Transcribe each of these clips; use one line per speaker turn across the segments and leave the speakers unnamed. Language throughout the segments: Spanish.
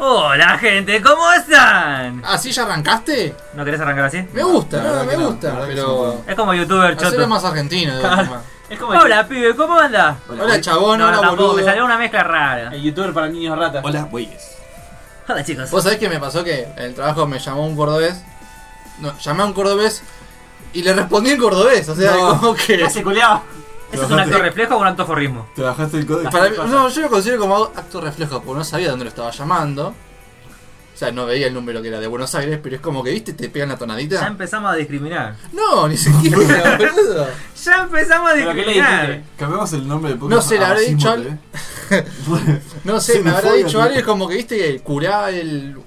Hola gente, ¿cómo están?
¿Así Ah, ya arrancaste?
¿No querés arrancar así?
Me gusta,
la verdad
no, me
que no,
gusta,
la verdad que sí
pero.
Es como youtuber
Hacerlo
choto.
más argentino, de
Claro.
forma.
Es como el,
Hola pibe, ¿cómo anda?
Hola,
Hola,
hoy-
chabón,
no,
hola,
tampoco, me salió
boludo.
una mezcla rara.
el youtuber para niños ratas.
Hola, güeyes.
Hola chicos.
Vos sabés que me pasó que en el trabajo me llamó un cordobés. No, llamé a un cordobés y le respondí en cordobés. O sea,
No.
como que.
Ya se culeaba.
¿Eso es un acto reflejo o un antojorrismo?
¿Te bajaste el código?
Para mí-
cosas.
no, yo lo considero como acto reflejo, porque no sabía dónde lo estaba llamando. O sea, no veía el número que era de Buenos Aires, pero es como que, viste, te pegan la
Ya
tonadita.
empezamos a discriminar.
No, ni siquiera, boludo.
Ya empezamos a
Pero que le
discriminar.
dijiste.
Cambiamos el nombre del podcast.
No sé, le
a ¿eh?
habré dicho
Sismo TV.
No sé,
Se
me habrá
fue,
dicho
boludo.
algo, es como que, viste, el curá, el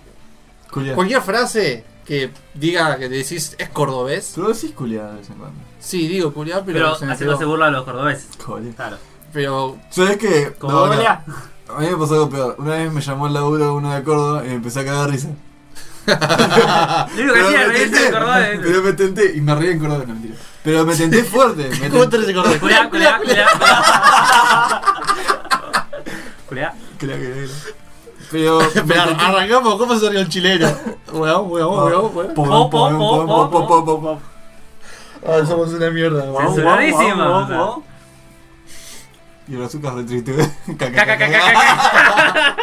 Culiá.
Cualquier frase que diga que decís es cordobés.
Pero decís culiá de vez en cuando.
Sí, digo culiá, pero,
Pero
se me
haciéndose
pegó.
burla a los cordobeses.
Culiá.
Claro.
Pero
¿Sabes qué?
Como
No, no.
Hola.
A mí me pasó algo peor. Una vez me llamó el laburo uno de Córdoba y me empecé a cagar de risa.
Lo único que hacía era reírse de cordobeses.
pero me tenté. Y me reí en Córdoba, no mentira. Pero me tenté fuerte. me
¿cómo te
tenté-
hace cordobés?
Culeá, culeá, culeá. Culeá.
Culiá, culiá, culiá. Pero. me
Pero
tenté-
arrancamos, ¿cómo se ríe el chileno? Weón, weón, weón, weón.
Po, po, po, po, po, po, po, po.
Ah, somos una mierda, weón.
Censuradísimo.
Wow, wow, wow, wow.
Y el azúcar de triste.
Ca, ca, ca, ca, ca.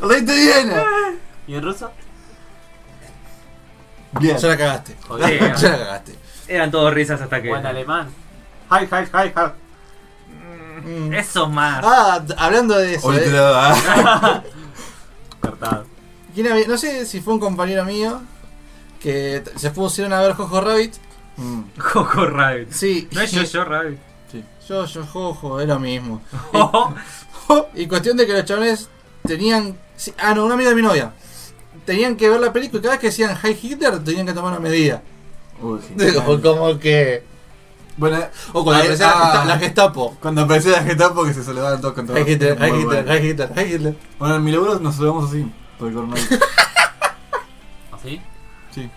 ¡Reíte bien!
¿Y en ruso?
Bien.
Ya la cagaste.
Sí,
Joder.
Ya la cagaste.
Eran todos risas hasta que.
O en alemán. Hi, hi, hi, hi.
Mm.
Eso más.
Ah, hablando de eso,
Hoy
eh,
te la da.
Cartado.
¿quién había- no sé si fue un compañero mío que t- se pusieron a ver Jojo Rabbit.
Mm.
Jojo Rabbit.
Sí,
No es yo, yo Rabbit. Oh.
yo, yo, Jojo, es lo mismo.
Ojo.
Y cuestión de que los chavales tenían. sí, ah, no, una amiga de mi novia. Tenían que ver la película y cada vez que decían High Hitler tenían que tomar una medida.
Uy,
O
genial.
como que.
Bueno,
O cuando
Ahí-
aparecía la,
ah.
gesta- la Gestapo.
cuando apareció la Gestapo que se saludaban todos con todos.
High Hitler,
Muy
High Hitler,
bueno.
High Hitler, High Hitler.
Bueno, en mi laburo nos saludamos así, por el coronavirus.
¿Así?
Sí.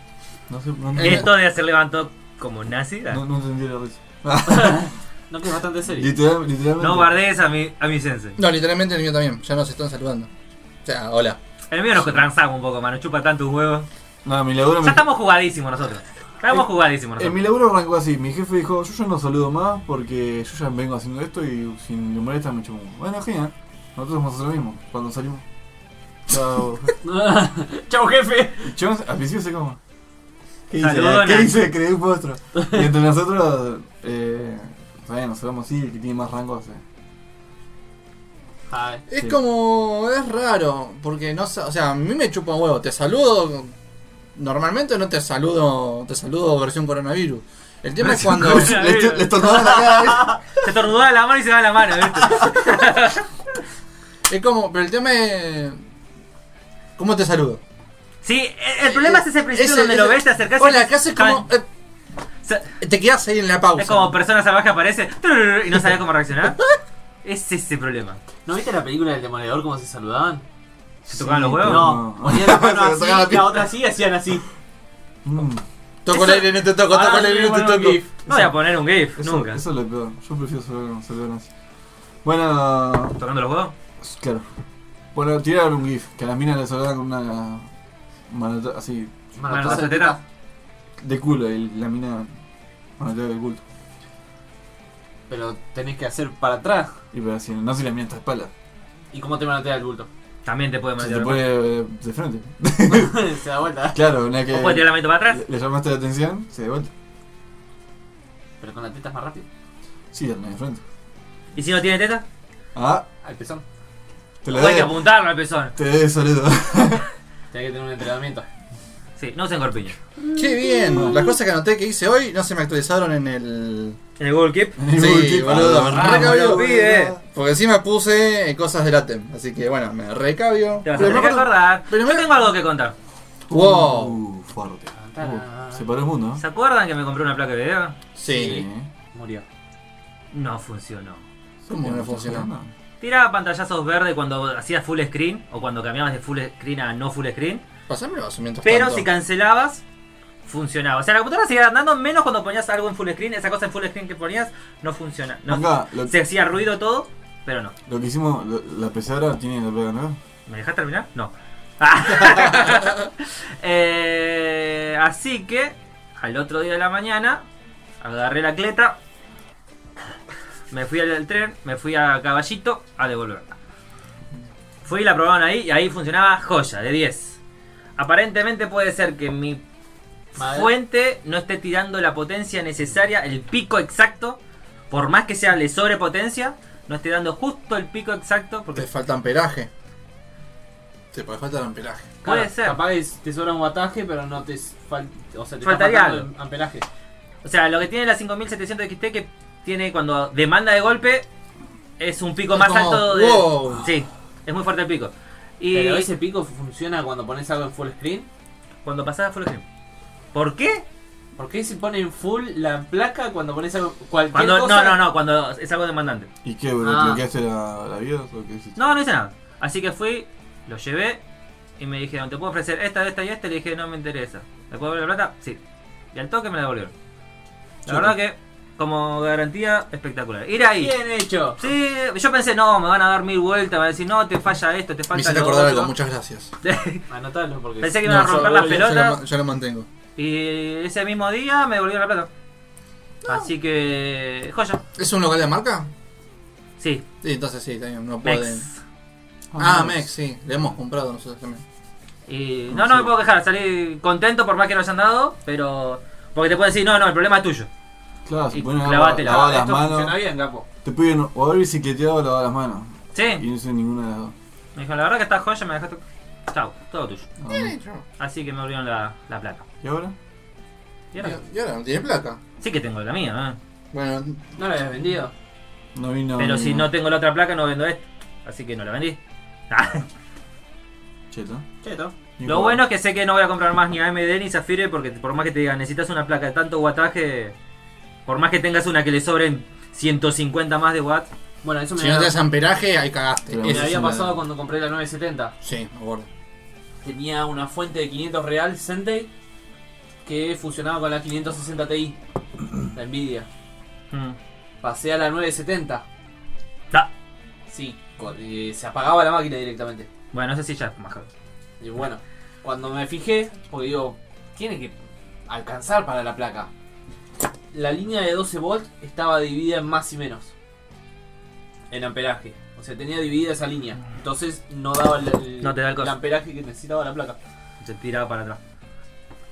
No sé, no, no,
Esto de hacer levanto como nazi. ah.
no, no entendí la risa.
No, que es bastante serio.
Literal, literalmente.
No guardes a mi, a mi sensei.
No, literalmente el mío también, ya nos están saludando. O sea, hola.
El mío nos transamos un poco, mano. Chupa tanto un huevo.
No, en mi laburo.
Ya
me-
estamos jugadísimos nosotros. Estamos
Eh,
jugadísimos
En mi
nosotros.
laburo arrancó así. Mi jefe dijo: Yo ya no saludo más porque yo ya vengo haciendo esto y si le molesta mucho. Bueno, genial. Nosotros vamos a hacer lo mismo cuando salimos. Chao.
Chau, jefe.
Yo al principio sé cómo. ¿Qué
Saludo,
dice? ¿Qué
Nacho.
dice? Creí un monstruo. Y entre nosotros, eh, todavía nos hablamos así, el que tiene más rango hace.
Hi.
Es
Sí.
como. Es raro, porque no. sa- O sea, a mí me chupa un huevo. Te saludo. Normalmente no te saludo. Te saludo versión coronavirus. El tema es cuando.
coronavirus.
Le, estu- le estornudaron la cara,
Se tornudó la mano y se va la mano, ¿viste?
Es como. Pero el tema es. ¿Cómo te saludo?
Sí, e- el problema es ese principio
Ese-
donde lo
ese-
ves, te acercas y
Hola,
dices,
acá es como.
"Can-".
eh,
Se-
te quedas ahí en la pausa.
Es como persona salvaje aparece trrr, y no sabe cómo reaccionar. Es ese problema.
¿No viste la película del demoledor cómo se saludaban?
¿Se tocaban los huevos?
No,
no.
ponían la
Se
mano así,
tocaban la
la
pierna.
otra así y hacían así.
¿viste? Mm,
Toco
eso-
el aire, no te toco, toco
Ah,
el aire, no te
bueno,
toco.
GIF.
No voy a poner un GIF,
eso,
nunca.
Eso es lo peor. Yo prefiero saludar, saludar así. Bueno,
¿Tocando los huevos?
claro. Bueno, tirar un GIF, que a las minas le saludan con una. Mano así,
Mano,
entonces-
de teta.
de culo, y la mina. Manotea de culo.
Pero tenés que hacer para atrás.
Y pero así, no se la mina hasta espalda.
¿Y cómo te manotea el bulto?
También te puede
Se
mandar. O
te pone eh, de frente.
se da vuelta.
Claro, una que.
puede tirar la manito para atrás.
le, le llamaste la atención, se devuelve.
Pero con la teta es más rápido.
Sí, la de frente.
¿Y si no tiene teta?
Ah,
Al pezón.
te la
Puede
doy.
apuntarlo al pezón.
Te doy saludo.
Tenés que tener un entrenamiento.
Sí, no usen corpiño.
Qué
Mm.
bien. Las cosas que anoté que hice hoy no se me actualizaron en el.
En el Google Keep.
Sí, boludo, me
Ah,
recabio.
boludo, pibe.
Porque encima puse eh, cosas del ATEM. Así que bueno, me recabio.
Te vas a
Pero
tener que
me acuerdo-
acordar.
pero
Yo
me-
tengo algo que contar.
Wow.
Uh, fuerte. Uh, se paró el mundo,
¿Se acuerdan que me compré una placa de video?
Sí.
Murió.
No funcionó.
¿Cómo no funcionó?
Tiraba pantallazos verdes cuando hacías full screen o cuando cambiabas de full screen a no full screen.
Pasámelo mientras
Pero
tanto.
si cancelabas, funcionaba. O sea, la computadora seguía andando menos cuando ponías algo en full screen. Esa cosa en full screen que ponías no funciona. No.
Acá, lo,
Se hacía ruido todo, pero no.
lo que hicimos, lo- la pesadora tiene la placa, ¿no?
¿Me dejas terminar? No. Ah. Eh, así que al otro día de la mañana agarré la cleta, me fui al, al tren, me fui a Caballito a devolverla. Fui, la probaron ahí y ahí funcionaba joya, de 10. Aparentemente puede ser que mi
Madre.
fuente no esté tirando la potencia necesaria, el pico exacto, por más que sea le sobrepotencia, no esté dando justo el pico exacto porque
Te falta amperaje. Te puede faltar amperaje.
Puede
Claro,
ser.
Capaz que te sobra un guataje, pero no te falta. O sea, te
Faltaría
está faltando amperaje.
O sea, lo que tiene la 5700 XT que tiene cuando demanda de golpe es un pico
Es
más
como,
alto de.
wow.
Sí, es muy fuerte el pico. Y
Pero ese pico funciona cuando pones algo en full screen.
cuando pasaba full screen. ¿Por qué?
¿Por qué se pone en full la placa cuando pones algo. Cualquier
Cuando
cosa?
no, no, no, cuando es algo demandante.
¿Y qué, boludo?
Ah.
¿Te bloqueaste la, la vida? ¿O qué hiciste?
No, no hice nada. Así que fui, lo llevé y me dijeron, ¿te puedo ofrecer esta, esta y esta? Le dije, no me interesa. ¿Te puedo devolver la plata? Sí. Y al toque me la devolvieron. La
Chuta.
verdad que, como garantía, espectacular. Ir ahí.
Bien hecho.
Sí, yo pensé, no, me van a dar mil vueltas, me van a decir, no, te falla esto, te
Me
falta
hiciste
lo
acordar
otro.
algo, muchas gracias.
Anotalo porque.
Pensé que iban
No,
a romper
yo-
las
yo- yo lo
pelotas
ma- Yo lo mantengo.
y ese mismo día me volvieron la plata. Así que, joya,
¿Es un local de marca?
sí,
Sí, entonces sí, también. No pueden.
Mex.
Ah, Mex, sí. Le hemos comprado nosotros también.
Y
Ah,
no, no
sí.
me puedo quejar, salí contento por más que no hayan dado, pero porque te pueden decir, no, no, el problema es tuyo.
Claro, se
Y
ponen a lavar,
clavatela.
lavar las
Esto
manos.
funciona bien, capo.
Te piden o haber bicicleteado o lavar las manos. Y
Sí,
no hice ninguna de las dos.
me dijeron, la verdad que está joya, me dejaste. Chao, todo tuyo.
Ah,
Así que me volvieron la, la plata.
¿Y ahora?
Y ahora,
Y ahora, tiene placa.
sí que tengo la mía, ¿eh?
Bueno,
No lo habías vendido.
No vino.
pero si
ninguna.
no tengo la otra placa, no vendo esta. Así que no la vendí.
Cheto.
Cheto.
Ni
Lo
por-
bueno es que sé que no voy a comprar más ni AMD ni Zafire porque por más que te digan necesitas una placa de tanto wattaje, por más que tengas una que le sobren 150 más de watt,
Bueno, eso me,
si no te
había,
das amperaje, ahí cagaste.
Pero
Eso
me
es
había
una-
pasado cuando compré la 970.
Sí, me acuerdo.
tenía una fuente de 500 real Sentei que fusionaba con la 560 Ti, la Nvidia.
mm,
Pasé a la 970.
da.
Sí, con- eh, se apagaba la máquina directamente.
bueno, eso sí ya es más caro.
Y bueno, cuando me fijé, porque digo, tiene que alcanzar para la placa. La línea de 12 volts estaba dividida en más y menos. En amperaje. O sea, tenía dividida esa línea. Entonces no daba el, el-
No te da el coso.
amperaje que necesitaba la placa.
Se tiraba para atrás.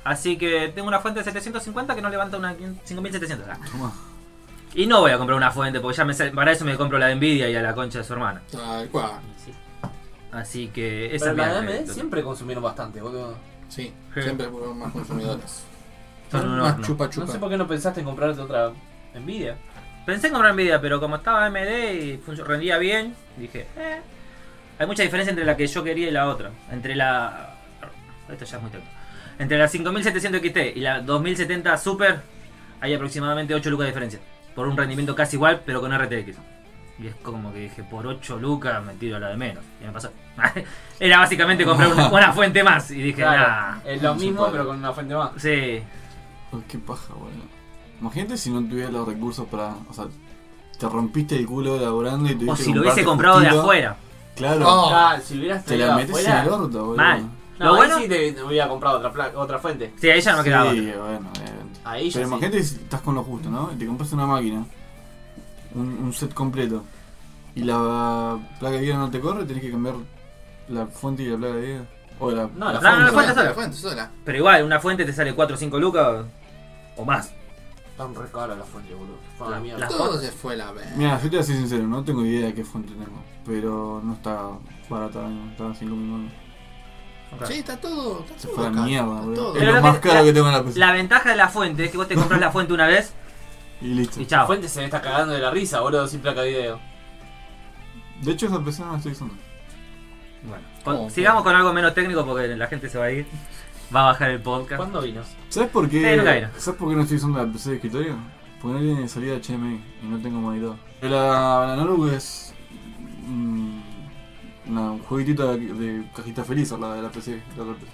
Así que tengo una fuente de 750 que no levanta una 500 5700. ah.
Toma.
Y no voy a comprar una fuente porque ya me sale- para eso me compro la de Nvidia y a la concha de su hermana.
Tal cual.
Y sí.
Así que esa
Pero la
es mi
AMD
anécdota.
siempre consumieron bastante, boludo.
Sí,
Sí.
siempre fueron más consumidores.
Son un
más
horno.
chupa
No sé
chupa.
por qué no pensaste en comprarte otra Nvidia.
Pensé en comprar Nvidia, pero como estaba AMD y func- rendía bien, dije, eh. Hay mucha diferencia entre la que yo quería y la otra. Entre la. Esto ya es muy técnico. Entre la 5700 XT y la 2070 Super, hay aproximadamente 8 lucas de diferencia. Por un rendimiento casi igual, pero con RTX. Y es como que dije, por 8 lucas me tiro la de menos. Y me pasó. Era básicamente comprar una, una fuente más. Y dije,
Claro, es lo
No se
mismo
puede.
pero con una fuente
nah.
más.
Sí,
Oh, qué paja, boludo. Imagínate si no tuviera los recursos para. O sea, te rompiste el culo laborando y tuviste
o
que
si lo
comprarte
hubiese comprado de
justito.
afuera.
Claro.
Oh.
Claro, si hubieras
Te la
traído
metes
afuera,
en el orto, boludo.
Mal.
no,
Lo
ahí
bueno-
sí te, te hubiera comprado otra pla- otra fuente.
Sí, ahí ya no me
sí,
quedaba. otra.
bueno, obviamente.
Ahí ya
Pero
sí.
imagínate si estás con lo justo, ¿no? Y te compras una máquina, un, un set completo, y la placa de vida no te corre, tenés que cambiar la fuente y la placa de vida. O la.
No, la
No, no, la fuente
fuente.
sola.
La fuente sola.
Pero igual, una fuente te sale 4 o 5 lucas o más.
Están re caras las fuentes, boludo. Fue una
La-
mierda.
la-
Todo se fue la vez.
Mira, yo te voy a ser sincero, no tengo idea de qué fuente tengo, pero no está barata, no está 5 mil
Ok.
Sí, está todo. Está
Se
todo
fue a la
acá,
mierda,
está
boludo.
todo.
Es
Pero
lo
lo
más
que-
caro
la-
que tengo en la PC.
La ventaja de la fuente es que vos te compras la fuente una vez
Y listo.
y
La
chao.
fuente se me está cagando de la risa, boludo, sin placa de video.
De hecho, esa PC no la estoy usando.
Bueno, con-
¿Cómo?
sigamos con algo menos técnico porque la gente se va a ir. Va a bajar el podcast.
¿Cuándo vinos?
¿Sabes por
Sí, nunca
qué?
era.
¿Sabes por qué no estoy usando la PC de escritorio? Porque no tiene salida HDMI y no tengo monitor. La, la Notebook es mm, una- un juguetito de, de cajita feliz a la de la PC, la otra PC.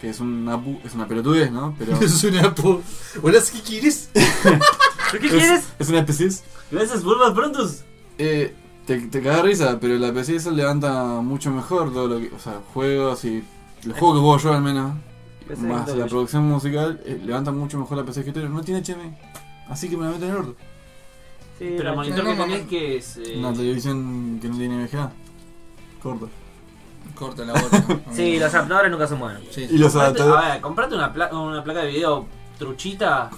Que es una pu- es una pelotudez, ¿no? Pero
Es
es,
una pu. Hola, ¿qué quieres?
¿Pero ¿Qué quieres?
es una especie
Gracias, Bulbas Prontus.
eh, Te, te caga risa, pero la PC esa levanta mucho mejor todo lo que. O sea, juegos y. Los juegos que juego yo al menos.
PC
más
todo
la
yo.
producción musical eh, levanta mucho mejor la PC que Stereo. No tiene HMI. Así que me la meto en el orto.
Sí,
Pero el
bueno,
no,
monitor que
no, no.
tenés que es. eh,
Una televisión que no tiene VGA. Corta.
Corta la bota.
sí, los adaptadores nunca se mueven.
Sí. Ah,
Y los
comprate-
adaptadores.
a ver, comprate una, pla- una placa de video truchita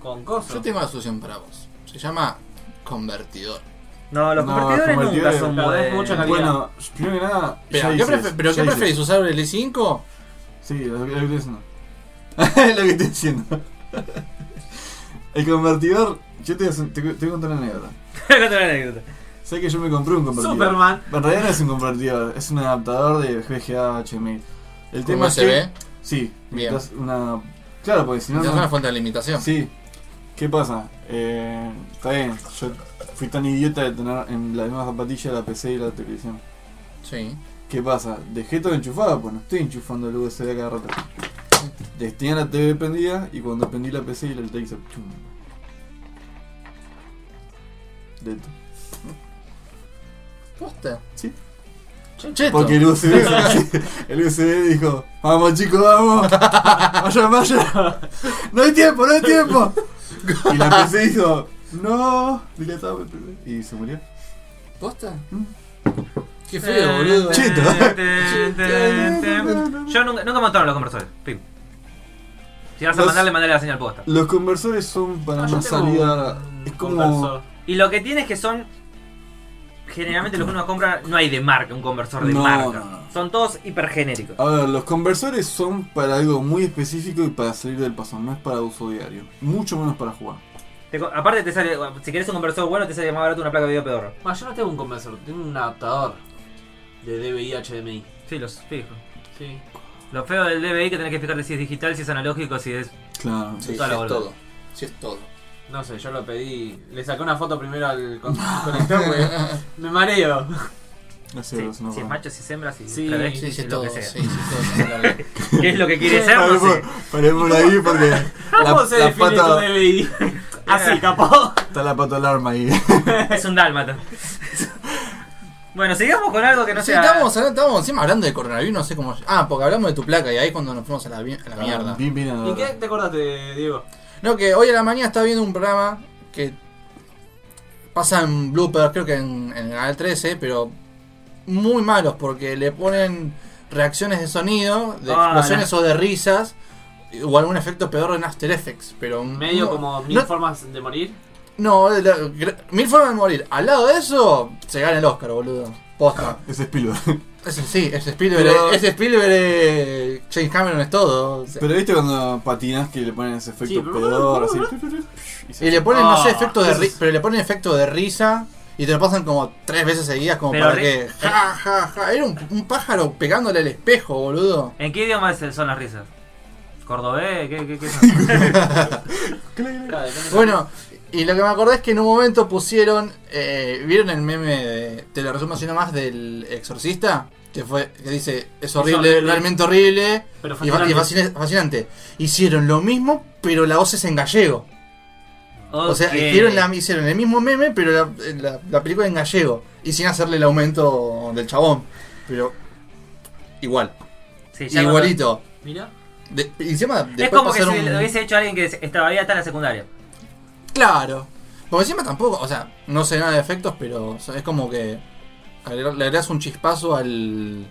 con cosas.
Yo tengo la solución para vos. Se llama convertidor.
No, los
No,
convertidores
los
nunca
convertidores,
son
claro,
buenos.
mucha calidad.
Bueno, primero que nada.
Pero,
ya
¿qué,
hice
prefe-
eso,
pero
ya
¿qué
hice
preferís?
eso.
¿Usar el i5?
Sí, es lo que es lo que estoy diciendo. Es lo que estoy diciendo. El convertidor. Yo te voy a, te voy a contar una anécdota.
Contá la anécdota.
Sé que yo me compré un convertidor.
Superman.
En realidad no es un convertidor, es un adaptador de VGA a HMI. El tema
¿Cómo
es
se
que-
ve?
Sí,
Bien.
necesitas una. Claro, porque si no.
Es
no-
una fuente de limitación.
Sí. ¿Qué pasa? Eh, está bien, yo fui tan idiota de tener en la misma zapatilla la PC y la televisión.
Sí.
¿Qué pasa? Dejé todo enchufado, pues no estoy enchufando el USB a cada rato. Des- Tenía la TV prendida y cuando prendí la PC y la tele hizo chum. Leto.
Posta.
Sí.
Cheto.
Porque el USB, el USB dijo, vamos chicos, vamos, vaya, vaya, no hay tiempo, no hay tiempo. Y la PC dijo, no, dilataba el primer- y se murió.
¿Posta?
Mm.
Qué
Eh,
feo, boludo.
Cheto.
Yo nunca, nunca montaron los conversores. Pim. Si vas a
Los-
mandarle, mandale la señal posta.
Los conversores son para
Ah, yo
una
tengo
salida,
un
es como,
conversor.
Y lo que tiene es que son. Generalmente los que uno compra no hay de marca, un conversor de
No,
marca.
no, no.
Son todos hipergenéricos.
a ver, los conversores son para algo muy específico y para salir del paso, no es para uso diario, mucho menos para jugar.
Te co- aparte te sale, si querés un conversor bueno, te sale más barato una placa de video pedorra.
Bueno, yo no tengo un conversor, tengo un adaptador de DVI a HDMI.
Sí, los fijo.
Sí.
Lo feo del DVI que tenés que fijarte si es digital, si es analógico, si es.
Claro.
Sí, sí,
Toda la
es
bola.
todo. Sí, es todo.
No sé, yo lo pedí. Le saqué una foto primero al con- conector, güey. Me mareo.
No sé,
Sí,
no
si es
puedo.
macho, si es hembra, si
Sí,
travesti,
Sí,
si
sí, es
lo
todo.
que
Sí,
sea.
sí, es todo.
¿Qué es lo que quiere ser? No
Paremos
sé.
paremos ahí porque
¿Cómo
la,
se
la
define
pata-
tu DVI? Así, capaz.
está la pata alarma ahí.
Es un dálmata. bueno, sigamos con algo que no
Sí,
sea.
estábamos, hablando- estábamos encima hablando de coronavirus, no sé cómo. Ah, porque hablamos de tu placa y ahí es cuando nos fuimos a la, vi- a la Ah, mierda.
Bien, bien,
¿Y qué te acordaste, Diego?
No, que hoy a la mañana estaba viendo un programa que pasa en blooper, creo que en, en el canal 13, pero muy malos porque le ponen reacciones de sonido, de
Ah,
explosiones o de risas, o algún efecto peor en After Effects. Pero
Medio
no-
como mil
no,
formas de morir.
no, de la- gra- mil formas de morir. Al lado de eso, se gana el Oscar, boludo. Posta.
Ese es Spielberg.
Ese sí, ese Spielberg,
Pero-
ese Spielberg, eh, James Cameron es todo. o sea.
Pero viste cuando patinas que le ponen ese efecto
Sí, pero-
pedor, así. Y se-
y le ponen, no sé,
Ah,
efecto de
eso
ri-
es-
pero le ponen efecto de risa y te lo pasan como tres veces seguidas como
Pero
para
ri-
que... Ja, ja, ja. Era un, un pájaro pegándole al espejo, boludo.
¿En qué idioma es- son las risas? ¿Cordobés? ¿Qué, qué, qué son?
Claro, depende de-
Bueno, y lo que me acordé es que en un momento pusieron... eh, ¿Vieron el meme de... Te lo resumo así nomás del exorcista? Que fue que dice, es horrible,
horrible.
realmente horrible.
Pero
Oh, Y, fa- y
fascinante.
fascina- fascinante. Hicieron lo mismo, pero la voz es en gallego. O sea,
Ok.
hicieron, la- hicieron el mismo meme, pero la, la- la película en gallego. Y sin hacerle el aumento del chabón. Pero. Igual.
Sí, ya cuando-
Igualito.
Mira.
De- y encima,
Es
después
como que si
pasaron
lo
un-
hubiese hecho alguien que estaba ahí hasta la secundaria.
Claro. Porque encima tampoco. O sea, no sé nada de efectos, pero o sea, es como que. agregar- Le agregas un chispazo al.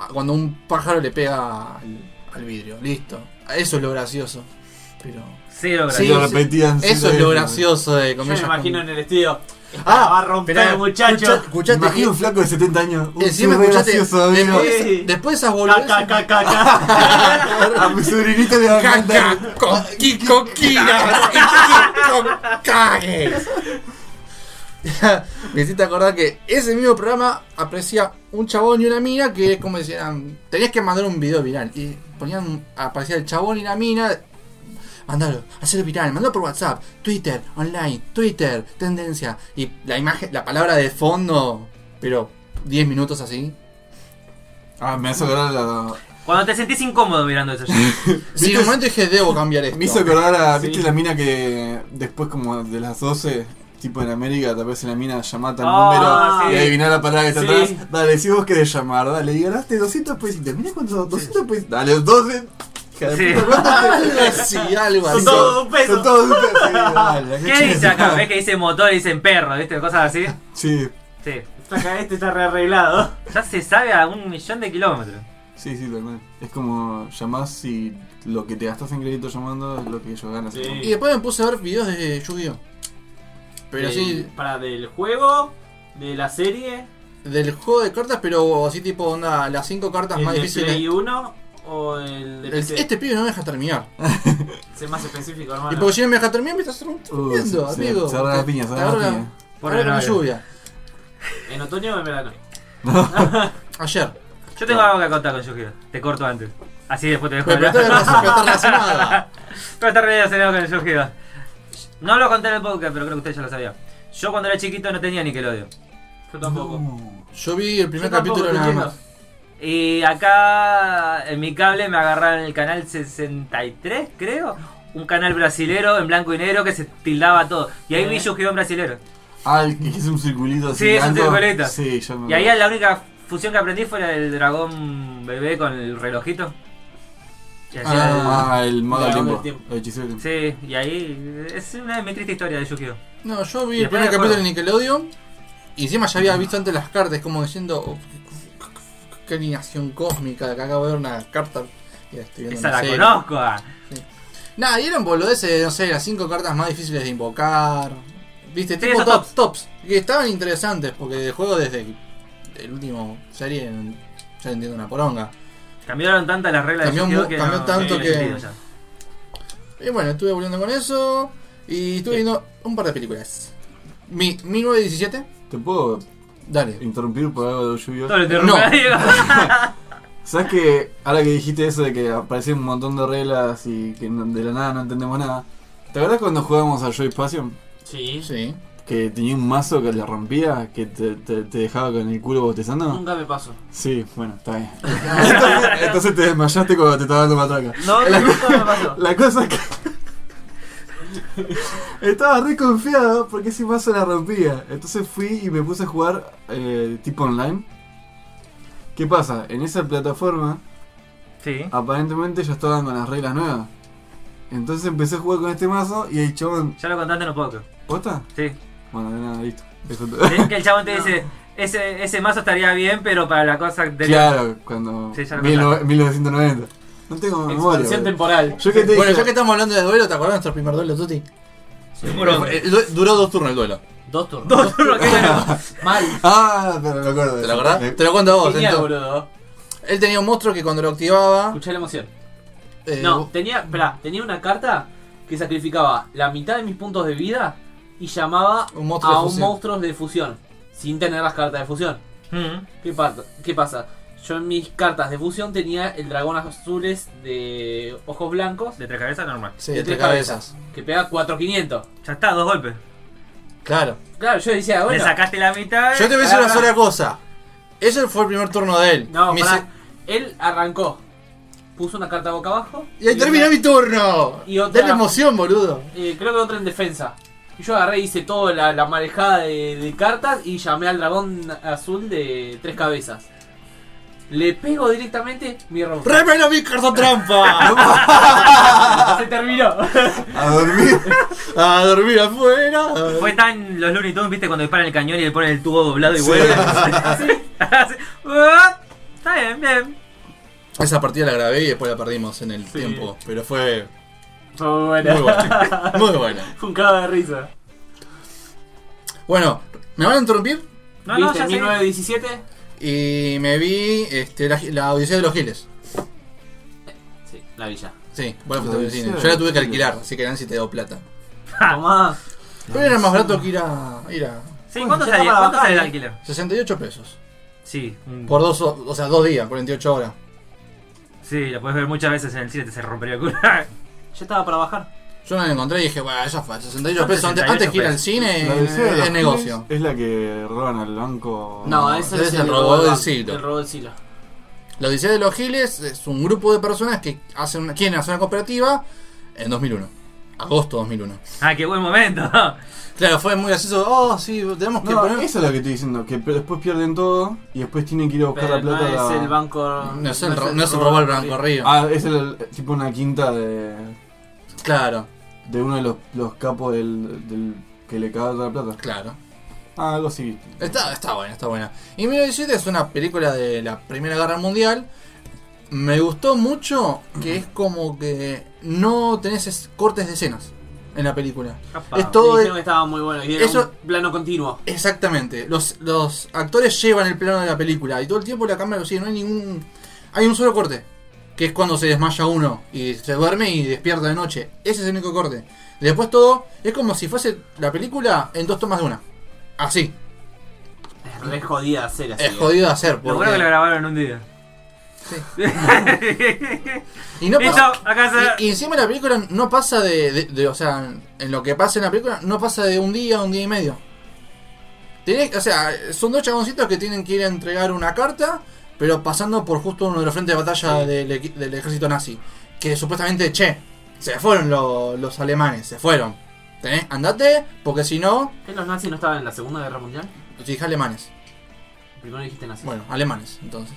a cuando un pájaro le pega al, al vidrio. Listo. Eso es lo gracioso. Pero.
Cero
Y
gracias.
Sí,
lo repetían.
Eso es lo gracioso de
Yo me
comillas.
imagino
con-
en el estudio.
Ah,
va a romper,
esperá,
muchacho.
escucha-
Me
escuchate
imagino
que-
un flaco de 70 años. Uh,
Encima
qué re
escuchate,
gracioso, amigo.
después,
Sí.
después esas
Ca,
boludeces.
ca, ca, ca, ca.
A mi sobrinito le va a cantar.
Caca, con Kiko Kiras y Kiko Kages. Me hiciste acordar que ese mismo programa aparecía un chabón y una mina que es como decían, tenías que mandar un video viral. Y ponían, aparecía el chabón y la mina. Mandalo, hacelo viral, mandalo por WhatsApp, Twitter, online, Twitter, tendencia. Y la imagen, la palabra de fondo, pero 10 minutos así.
Ah, me hace acordar a.
Cuando te sentís incómodo mirando eso. ya.
Sí, en un momento dije, debo cambiar esto.
Me hizo acordar a. ¿Viste
Sí.
la mina que después, como de las 12, tipo en América, te aparece la mina, llamate al
Ah,
número
sí.
y adiviná la palabra que está
Sí.
atrás. Dale, si vos querés llamar, dale, y ganaste 200 pesitos. Mirá cuántos 200 pesitos. Dale, 12. Hija de
Sí.
puta,
Sí, algo así.
Son todos un
Son
peso.
todos un peso. Sí, dale, la
¿Qué
concha
dice
de
acá?
tu
¿Ves
madre.
que dice motor y dicen perro? ¿Viste? Cosas así.
Sí,
Sí.
Saca este, está rearreglado.
Ya se sabe a un millón de kilómetros.
sí, sí, tal cual. Es como llamás y lo que te gastas en crédito llamando es lo que ellos ganan.
Sí.
Y después me puse a ver videos de Yu-Gi-Oh! Pero así,
Eh, Para del juego, de la serie,
del juego de cartas, pero así tipo, onda, las cinco cartas
el
más
de
difíciles.
Play 1 o el de
El-
PC.
este pibe no me deja terminar.
Sé más específico,
y
hermano.
porque si no me deja terminar, me estás un
Uh, se,
tremendo,
se-
amigo.
se agarra la
Te-
piña, se
te
agarra la
agarra-
piña.
Por
te agarra con
la
la lluvia. pues-
¿En otoño o en verano?
Ayer.
Yo tengo algo que contar con Yu-Gi-Oh! Te corto antes. Así después te dejo
Pero está
hablar.
relacionada- pero está relacionada.
Pero está re relacionado con el Yu-Gi-Oh! No lo conté en el podcast, pero creo que ustedes ya lo sabían. Yo cuando era chiquito no tenía Nickelodeon.
Yo tampoco.
Uh,
Yo vi el primer
Yo tampoco,
capítulo nada
chicos.
más.
Y acá en mi cable me agarraron el canal 63, creo. Un canal brasilero en blanco y negro que se tildaba todo. Y ahí vi
Eh.
Yu-Gi-Oh! en brasilero.
Ah, el que hizo un circulito así.
Sí, es un
alto.
circulito.
Sí, ya
Mm.
me
Y ahí
acuerdo.
la única fusión que aprendí fue la del dragón bebé con el relojito. Y hacía el-
Ah, el mago del
El mago
tiempo.
del tiempo.
El hechicero del tiempo.
Sí, y ahí es una de mi triste historia de Yu-Gi-Oh!
No, yo vi
Y
el
después me
primer capítulo
acuerdo.
de Nickelodeon. Y encima ya había visto antes las cartas, como diciendo. oh, qué- qué- Qué alineación cósmica, acá acabo de ver una carta. y estoy viendo
Esa
una
la
serie.
conozco. ah.
Nada, y eran boludeces, de, no sé, las cinco cartas más difíciles de invocar. Viste,
Sí,
tipo
esos
tops, tops. Que estaban interesantes, porque el juego desde el último serie ya entiendo una poronga.
Cambiaron tantas las reglas
Cambió
de Yu-Gi-Oh!
mu-
que
cambió
no-
tanto
no
que-
tiene sentido ya.
Y bueno, estuve volviendo con eso. Y estuve viendo un par de películas. Mi 1917,
¿Te puedo
dale.
interrumpir por algo de lluvia?
No lo interrumpa,
No.
Diego.
¿Sabes que ahora que dijiste eso de que aparecían un montón de reglas y que no- de la nada no entendemos nada? ¿Te acuerdas cuando jugábamos a Joy Passion?
Sí.
Sí.
Que tenía un mazo que le rompía, que te, te- te dejaba con el culo bostezando.
Nunca me pasó.
Sí, bueno, está bien. Entonces, entonces te desmayaste cuando te estaba dando matraca.
No,
La-
nunca me pasó.
La cosa es que. Estaba re confiado porque ese mazo la rompía. Entonces fui y me puse a jugar eh, tipo online. ¿Qué pasa? En esa plataforma,
Sí.
Ah.
aparentemente ya estaban con las reglas nuevas. Entonces empecé a jugar con este mazo y el chabón.
Ya lo contaste en un poco.
¿Posta?
Sí.
Bueno, de nada, listo. Eso todo.
Es que el chabón te
No.
dice, ese, ese mazo estaría bien, pero para la cosa anterior.
claro, cuando.
Sí, ya lo
mil-
contaste.
1990. No tengo memoria.
Expansión
boludo.
temporal.
Yo que te
Bueno,
dije.
ya que estamos hablando de duelo, ¿te acordás de nuestro primer duelo, Tuti? Bueno, fue- eh. el du- duró dos turnos el duelo.
Dos turnos.
Dos turnos que ganó.
Mal.
Ah, pero me acuerdo. de
¿Te
eso.
lo acordás?
Eh,
Te lo cuento a vos.
Genial,
entonces.
boludo.
Él tenía un monstruo que cuando lo activaba.
Escuchá la emoción.
eh,
No, tenía, esperá, tenía una carta que sacrificaba la mitad de mis puntos de vida y llamaba
Un monstruo
a
de
un
fusión.
monstruo de fusión, sin tener las cartas de fusión.
Mm.
¿Qué, pa- qué pasa? Yo en mis cartas de fusión tenía el dragón azules de ojos blancos
De tres cabezas normal.
Sí,
de
de tres
tres
cabezas.
que pega 4500.
Ya está, dos golpes.
Claro.
Claro, yo decía,
Le
bueno,
sacaste la mitad.
Yo te voy a decir
pará,
una
pará.
sola cosa. Ese fue el primer turno de él.
no,
Mi
pará.
se-
él arrancó, puso una carta boca abajo
Y ahí terminó
una-
mi turno.
y otra-
Dale emoción, boludo.
eh, creo que otra en defensa. Y yo agarré, hice toda la, la marejada de, de cartas y llamé al dragón azul de tres cabezas. Le pego directamente mi rompe.
¡Remelo mi carta trampa!
Se terminó.
A dormir.
a dormir afuera.
Fue tan los Looney Tunes, viste, cuando disparan el cañón y le ponen el tubo doblado y
Sí.
vuelve. Así. Ah, Está bien, bien.
Esa partida la grabé y después la perdimos en el
Sí.
tiempo. Pero fue
Fue muy buena.
muy buena. Muy buena.
Fue un cago de risa.
Bueno, ¿me van a interrumpir?
No, no,
¿Viste?
ya sé.
1917.
Y me vi este, la, la Odisea de los Giles.
Sí, la villa.
Sí, bueno,
La
fue al
Odisea
cine.
de
Yo la
los
tuve que
Giles.
alquilar, así que Nancy te dio plata.
Tomás.
Pero era más barato que ir a. ir a
Sí, ¿cuánto
Ya está
sale,
para
cuánto
bajar,
sale el
eh.
alquiler?
68 pesos.
Sí, un-
Por dos, o o sea, dos días, 48 horas.
sí, la puedes ver muchas veces en el cine, te se rompería el culo.
Ya estaba para bajar.
Yo no la encontré y dije, bueno, ya fue, 68
Son
pesos. Antes,
68
antes que ir al
pesos.
cine,
La odisea de los
es negocio.
Giles Es la que roban al banco.
ese es el robo del siglo.
El robo del siglo.
La Odisea de los Giles es un grupo de personas que hacen una- quieren hacer una cooperativa en 2001. agosto 2001.
Ah, qué buen momento.
Claro, fue muy gracioso. Oh, sí, tenemos que
No,
poner.
eso es lo que estoy diciendo, que pe- después pierden todo y después tienen que ir a buscar
Pero
la plata.
no
a-
es el banco.
No es el, ro- no es el robo al Blanco Río.
Ah, es el, tipo una quinta de,
Claro,
de uno de los, los capos del, del que le caga toda la plata.
claro.
Ah, algo así.
Está, está buena, está buena. Y 1917 es una película de la Primera Guerra Mundial. Me gustó mucho que es como que no tenés es- cortes de escenas en la película.
Apa.
Es todo
Todo
el-
que estaba muy bueno. Y era
Eso-
un plano continuo.
Exactamente. Los, los actores llevan el plano de la película y todo el tiempo la cámara lo sigue. No hay ningún. Hay un solo corte. Que es cuando se desmaya uno y se duerme y despierta de noche. Ese es el único corte. Después todo es como si fuese la película en dos tomas de una. Así.
Es re jodida de hacer así. eh.
Es jodido de hacer.
Lo bueno
porque-
que lo grabaron en un día.
Sí. Y no
Listo,
pasa.
acá se...
Y, y encima la película no pasa de, de- de- O sea, en lo que pasa en la película, no pasa de un día a un día y medio. Tenés- o sea, son dos chaboncitos que tienen que ir a entregar una carta, pero pasando por justo uno de los frentes de batalla
Sí.
del, equi- del ejército nazi. Que supuestamente, che, se fueron lo- los alemanes, se fueron. Tenés, andate, porque si no,
¿Qué, ¿Los nazis no estaban en la Segunda Guerra Mundial?
yo dije alemanes.
Primero dijiste nazis.
Bueno, alemanes, entonces.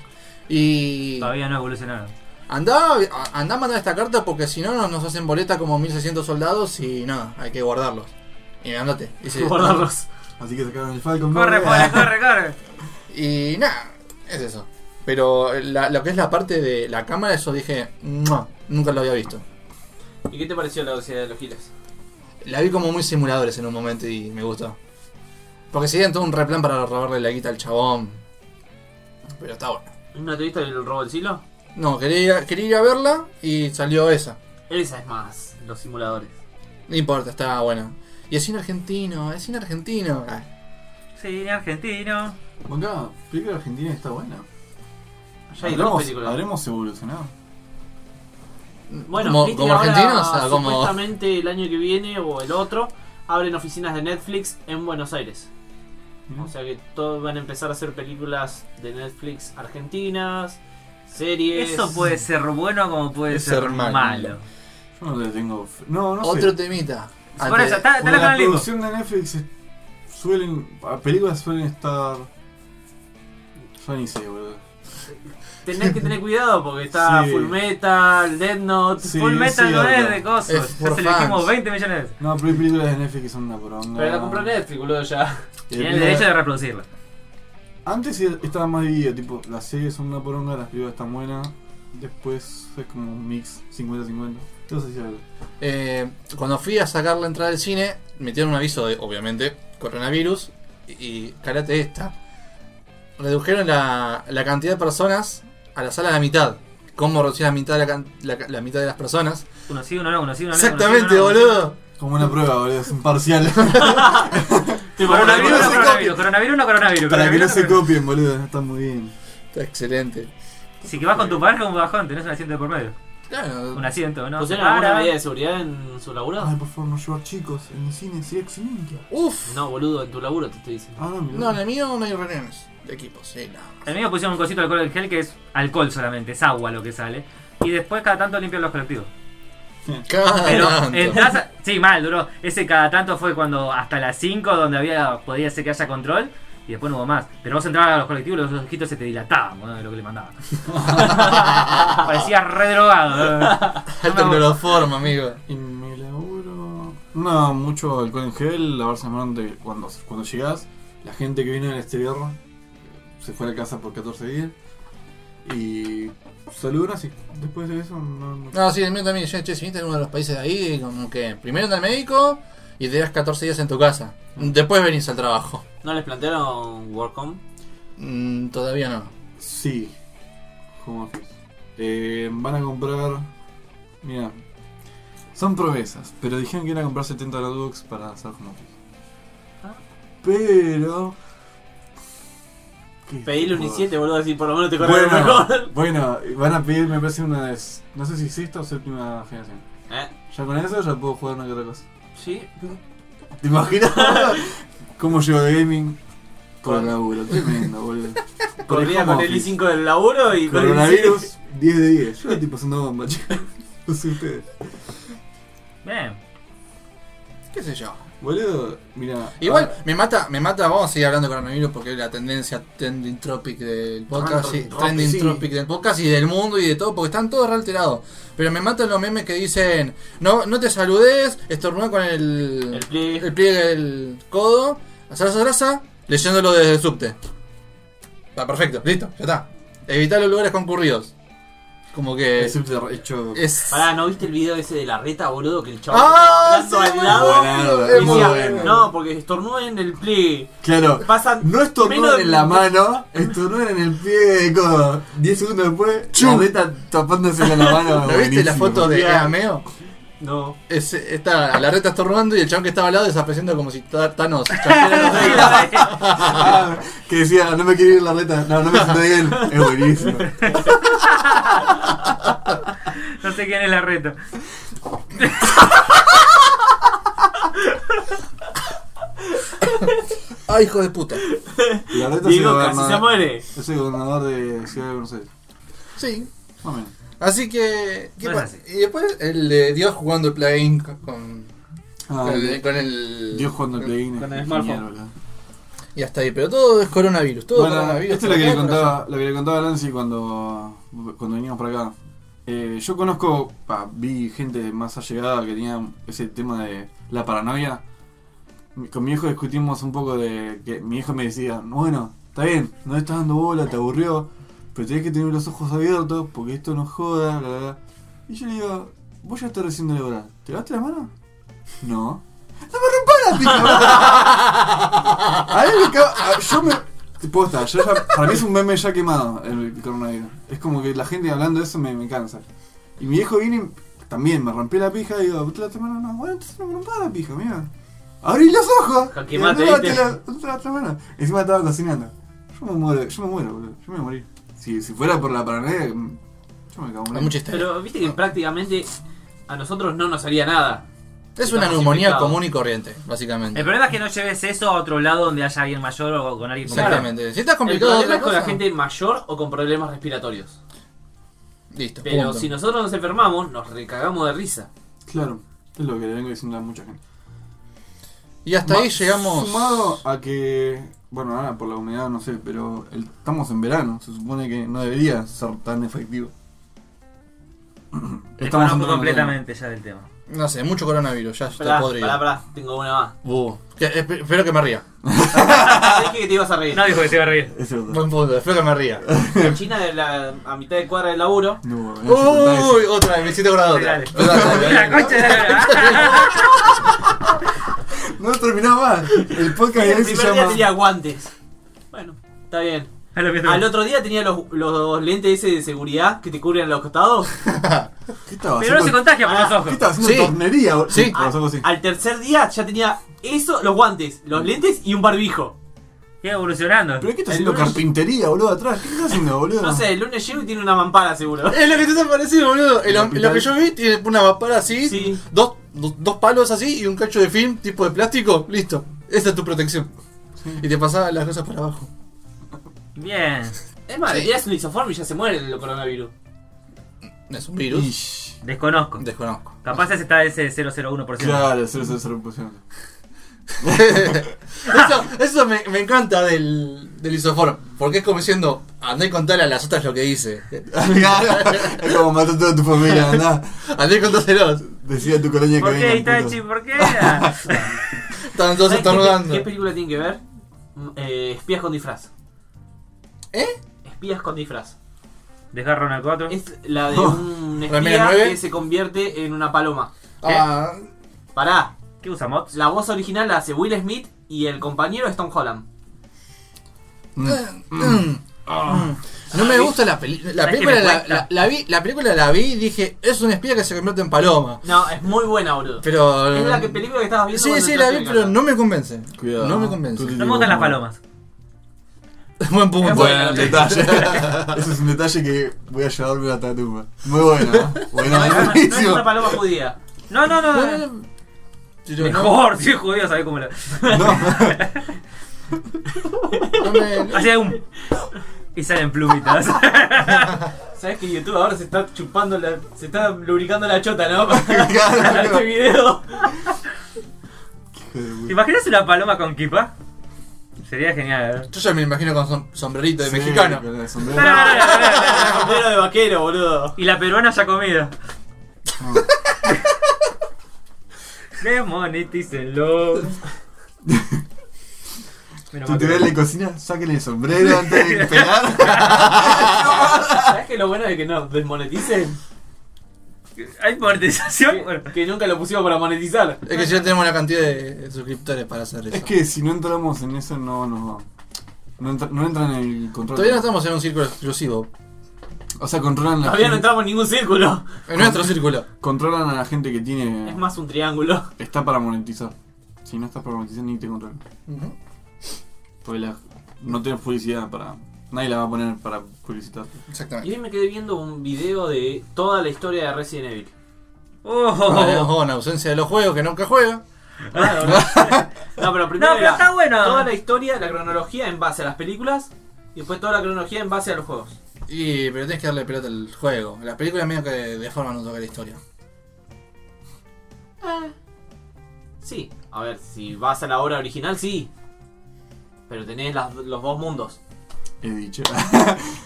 Y.
Todavía no evolucionaron.
Andá, a- andá a mandar esta carta porque si no no nos hacen boleta como 1600 soldados y nada, hay que guardarlos. Y andate. Y, se-
Guardarlos.
Así que sacaron el Falcon.
Corre,
¿no?
pobre, corre, corre.
y nada, es eso. Pero la- lo que es la parte de la cámara, eso dije, "Mua", nunca lo había visto.
¿Y qué te pareció la velocidad de los giles?
La vi como muy simuladores en un momento y me gustó. Porque seguían todo un replan para robarle la guita al chabón. Pero está bueno.
¿No te viste el robo del siglo?
No, quería, ir a- quería ir a verla y salió esa.
Esa es más, los simuladores.
No importa, está buena. Y es cine argentino, es cine argentino. Ah.
Sí, argentino.
Acá, película argentina está buena.
Ya hay dos
Habremos,
películas.
habremos evolucionado.
Bueno,
¿Como-
viste
como
que ahora,
argentinos? Ah, como-
Supuestamente el año que viene o el otro abren oficinas de Netflix en Buenos Aires.
Mirá.
O sea que todos van a empezar a hacer películas de Netflix argentinas, series.
Eso puede ser bueno como puede
Es
ser,
ser
malo.
malo.
Yo no le tengo. fe- No, no
Otro
sé.
temita.
Por
Antes-
eso, está, está
Con
la
la
canal limbo.
producción de Netflix es- suelen. a Películas suelen estar. Ya ni sé, boludo.
Tenés que tener cuidado porque está
Sí.
Full Metal, Dead Note.
Sí,
Full Metal
sí,
no
algo.
es de cosas.
Es
Ya
for
se le dijimos
fans.
20 millones de veces.
No, pero hay películas de Netflix que son una poronga.
Pero la compró Netflix, boludo, ya.
Y
Tiene el
películas-
derecho de reproducirla.
Antes estaba más dividido, tipo, las series son una poronga, las películas están buenas. Después es como un mix 50-50. Entonces sí, algo.
Eh, cuando fui a sacar la entrada del cine, metieron un aviso de, obviamente, coronavirus. Y, y carate esta. Redujeron la, la cantidad de personas a la sala a la mitad. ¿Cómo reducir la mitad de, la, can- la- la mitad de las personas?
Uno sí, uno no, uno sí, uno no. uno sí,
Exactamente,
uno no, uno sí.
boludo.
Como una prueba, boludo, es un parcial.
Coronavirus
Para
no,
que no se
coronavirus. Coronavirus no, coronavirus.
Para que no
coronavirus,
se
coronavirus.
copien, boludo, está muy bien.
Está excelente.
Si que vas con tu pareja un bajón, tenés un asiento de por medio.
Claro,
Un asiento, ¿no?
¿Pusieron
Para.
alguna medida de seguridad en su laburo?
Ay, por favor, no llevar chicos, en el cine sería excelente.
Uf. No.
No, boludo, en tu laburo te estoy diciendo.
Ah, no, mirá.
en el mío no hay reuniones de equipo, sí, no.
El mío pusieron un cosito de alcohol en gel que es alcohol solamente, es agua lo que sale. Y después cada tanto limpian los colectivos.
Cada
Pero
tanto.
entras a- Sí, mal, duró. Ese cada tanto fue cuando hasta las 5 donde había podía ser que haya control y después no hubo más. Pero vos entrabas a los colectivos y los ojitos se te dilataban, boludo, de lo que le mandaban. Parecía re drogado.
Alto en
no me-
cloroformo, amigo.
Y me laburo. No, mucho alcohol en gel, lavarse las manos de- cuando, cuando llegás. La gente que vino del exterior eh, se fue a la casa por 14 días. Y saludas y después de eso no. no-
No, sí, el mío también. Yo, che, si viniste en uno de los países de ahí, como que primero anda al médico y te das 14 días en tu casa. Después venís al trabajo.
¿No les plantearon work home?
Mm, todavía no.
Sí, home office. Eh, van a comprar. Mira, son promesas, pero dijeron que iban a comprar 70 notebooks para hacer home office.
Ah.
Pero. ¿Qué
Pedile un
tipo?
i7, boludo, así por lo menos te corre
Bueno,
mejor.
bueno, van a pedir, me parece, una vez. No sé si sexta o séptima generación.
¿Eh?
Ya con eso ya puedo jugar una que otra cosa.
Sí.
¿Te imaginas? ¿Cómo llego de gaming? Con el laburo, tremendo, boludo. Por
Corría con
home
el
office.
i5 del laburo y con el i7.
Coronavirus, 10 de 10. Yo estoy pasando bomba, chicos. No sé ustedes.
Bien.
¿Qué sé yo?
Boludo, mira.
Igual
ah,
me mata, me mata, vamos a seguir hablando de coronavirus porque es la tendencia trending topic del podcast, y-
Trending topic,
trending
sí.
topic del podcast y del mundo y de todo, porque están todos re alterados. Pero me matan los memes que dicen, no, no te saludes, estornuda con el,
El pliegue.
el pliegue del codo, abraza grasa, leyéndolo desde el subte. Está perfecto, listo, ya está. Evitar los lugares concurridos. Como que
el subte hecho.
eh,
es
Pará, ¿no viste el video ese de la reta, boludo? Que el chaval
Ah,
estaba
sí,
hablando
muy
al lado.
Buenardo,
Es
y
muy
muy
decía,
bueno.
No, porque estornuda en el pliegue.
Claro.
Pasan
No
menos
estornudan
de-
en la mano, estornudan en el pie de codo. 10 segundos después,
Chum.
chuleta tapándose con la mano.
¿No viste la
Buenísimo.
foto de Ameo?
No.
Es, está a la reta estornudando y el chabón que estaba al lado desapareciendo como si Ta- Thanos. chasqueara los dedos.
Ah, que decía, no me quiero ir la reta, no, no me senté bien. Es buenísimo.
No sé quién es la reta.
Ay, Ah, hijo de puta.
La reta
Diego
soy
casi se
gobernador-
muere.
Yo soy gobernador de Ciudad de Buenos Aires.
Sí.
Más o menos.
Así que. ¿qué
No es
pa-
así.
Y después el de Dios jugando el plugin con. con,
Ah,
el, con el-
Dios jugando el plugin.
Con el
es
smartphone.
genial, boludo.
Y hasta ahí. Pero todo es coronavirus. Todo
bueno,
coronavirus.
esto es lo que,
todo
le contaba,
coronavirus.
lo que le contaba a Lancy cuando, cuando veníamos por acá. Eh, yo conozco, pa, vi gente más allegada que tenía ese tema de la paranoia. Mi- Con mi hijo discutimos un poco de que mi hijo me decía, bueno, está bien, no le estás dando bola, te aburrió, pero tenés que tener los ojos abiertos porque esto no joda, bla, bla, bla. Y yo le digo, vos ya estás recién de la hora, ¿te lavaste la mano? No. ¡No me rompas la pija! A él le cago- a- yo me. Posta, yo ya- para mí es un meme ya quemado el coronavirus. Es como que la gente hablando de eso me, me cansa. Y mi viejo viene y también me rompió la pija y digo, ¿usted la otra mano? No, bueno, entonces no me rompa la pija, mira. Abrí los ojos.
Jaque
y
mate,
andá,
¿viste?
te la- te la otra mano. Encima estaba cocinando. Yo me muero, yo me muero, boludo. Yo me morí. Si, si fuera por la paranoia, mm, yo me cago en
Hay mucha historia.
Pero viste que prácticamente a nosotros no nos haría nada.
es una
estamos
neumonía
infectados.
común y corriente, básicamente.
El problema es que no lleves eso a otro lado donde haya alguien mayor o con alguien con
Exactamente. Si estás
El
complicado de
problema
otra
es con la
cosa,
gente mayor o con problemas respiratorios.
Listo.
Pero
punto.
si nosotros nos enfermamos, nos recagamos de risa.
Claro, es lo que le vengo diciendo a mucha gente.
Y hasta
Ma-
ahí llegamos.
Sumado a que, bueno, ahora por la humedad no sé, pero el- estamos en verano, se supone que no debería ser tan efectivo.
Te
Estamos
conozco
entrando en
completamente ya del tema.
No sé, mucho coronavirus. Ya está
Pará,
podrido.
pará, pará, tengo una más.
Uh, que- esp- espero que me ría.
Sabés que te ibas a reír.
No dijo que se iba a reír.
verano. Es cierto.
Buen punto, espero que me ría.
La China de la, a mitad de cuadra del laburo.
No, en el 70
Uy,
es-
otra, me hiciste acordar otra.
Dale. La concha de la-
no terminó más. El podcast de
El
hoy se
primer día tenía
llama.
guantes. Bueno, está bien.
A Ah, lo que te-
Al otro día tenía los, los lentes ese de seguridad que te cubren los costados.
¿Qué
Pero
estaba
no se
haciendo?
contagia por los
¿Qué
ojos.
estaba haciendo?
Sí.
Tornería, bol-
Sí.
Con los ojos así.
Al tercer día ya tenía eso, los guantes, los lentes y un barbijo.
Sigue evolucionando.
Pero ¿qué está
El
haciendo
lunes-
carpintería, boludo, atrás? ¿Qué está haciendo, boludo?
No sé, el lunes llego y tiene una mampara seguro.
Es lo que te está parecido, boludo. El-
El
lo,
hospital.
que yo vi tiene una mampara así,
Sí.
dos, do- dos palos así y un cacho de film tipo de plástico. Listo. Esa es tu protección. Y te pasaba las cosas para abajo.
Bien.
Es más,
Sí.
le tiras un isoform y ya se muere el coronavirus.
Es un virus.
Ish.
Desconozco.
Desconozco.
Capaz ese está ese 001%.
Claro, eso es pusieron.
eso eso me, me encanta del, del isoform. Porque es como diciendo, andá y contale a las otras lo que hice.
Es como mató a toda tu familia, andá.
Andá y contáselos.
Decía tu colonia que
¿Por
venga.
qué,
puto.
Itachi? ¿Por qué? era?
Están todos
¿Sabés qué-
estornudando.
¿Qué película tiene que ver? Mm, eh, espías con disfraz.
¿Eh?
Espías con disfraz.
Desgarran al 4.
Es la de un
¿Remera
espía
nueve?
que se convierte en una paloma.
Ah,
Pará,
¿Qué usa mods?
la voz original la hace Will Smith y el compañero es Tom Holland.
Mm.
mm. No me gusta la película. La
¿Sabes
película
qué me
la,
cuesta?
la- la vi, la película la vi y dije, es un espía que se convierte en paloma.
No, es muy buena, boludo.
Pero.
Es la que película que estabas viendo.
Sí,
cuando
sí, la
entraste
vi,
en
pero
casa.
no me convence.
Cuidado.
No me
Tú
convence.
te
No me gustan las
digo,
palomas.
Buen punto.
Es
Buen
buena.
detalle. Ese es un detalle que voy a llevarme hasta la tumba. Muy bueno, ¿eh? Bueno,
No, no, no es
buenísimo.
una paloma judía.
No, no, no. no.
Yo no-
Mejor, si es judío, sabés cómo lo.
No,
no me- no-
Hace un. Y salen plumitas.
¿Sabes que YouTube ahora se está chupando la. se está lubricando la chota, ¿no? Para
claro,
este video.
Pero,
¿Te
güey.
imaginas una paloma con kipa? Sería genial.
Yo ya me lo imagino con som- sombrerito de
Sí,
mexicano.
con el
¿eh?
sombrero.
Pará, pará, pará, pará.
Sombrero de vaquero, boludo.
y la peruana ya comida.
No.
Demonetícenlo. Menos mal que-
Tutorial de cocina, sáquenle el sombrero antes de pegar.
¿Sabes que lo bueno de que nos desmoneticen?
¿Hay monetización? Bueno,
Que, que nunca lo pusimos para monetizar.
Es que ya tenemos la cantidad de suscriptores para hacer eso.
es que si no entramos en eso, no nos va. No, entra- no entran en el control.
Todavía no estamos en un círculo exclusivo.
O sea, controlan, la
Todavía no
gente-
entramos en ningún círculo.
En nuestro círculo.
controlan a la gente que tiene.
Es más un triángulo.
Está para monetizar. Si no estás para monetizar, ni te controlan.
Ujú.
Porque la- no tenés publicidad para. Nadie la va a poner para publicitar.
Y
Exactamente.
hoy me quedé viendo un video de toda la historia de Resident Evil.
Vale,
Oh.
ojo, en ausencia de los juegos que nunca juega.
Claro, no, No, pero primero
No, pero
era
está bueno.
toda la historia, la cronología en base a las películas y después toda la cronología en base a los juegos.
Y, pero tenés que darle pelota al juego. Las películas medio que de forma no toca la historia.
Sí, a ver, si vas a la obra original, sí. Pero tenés las- los dos mundos.
He dicho.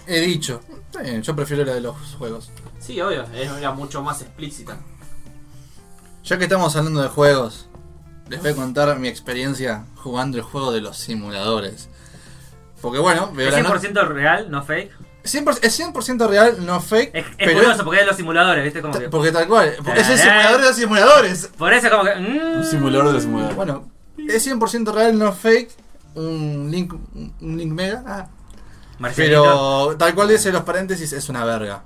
He dicho. Está bien, yo prefiero la de los juegos.
Sí, obvio, es- era mucho más explícita.
Ya que estamos hablando de juegos, les voy a contar mi experiencia jugando el juego de los simuladores. Porque bueno, veo
¿Es
la no-
100% real, no fake?
100% es 100% real, no fake.
Es, es
pero
curioso porque es de los simuladores, ¿viste? Como
ta-
que-
porque tal cual, porque es el
Eh.
simulador de los simuladores.
por eso, como que. mm,
Un simulador de simulador.
Bueno, es 100% real, no fake. Un link, un link mega. ah.
Marcelito.
Pero tal cual dice los paréntesis, es una verga.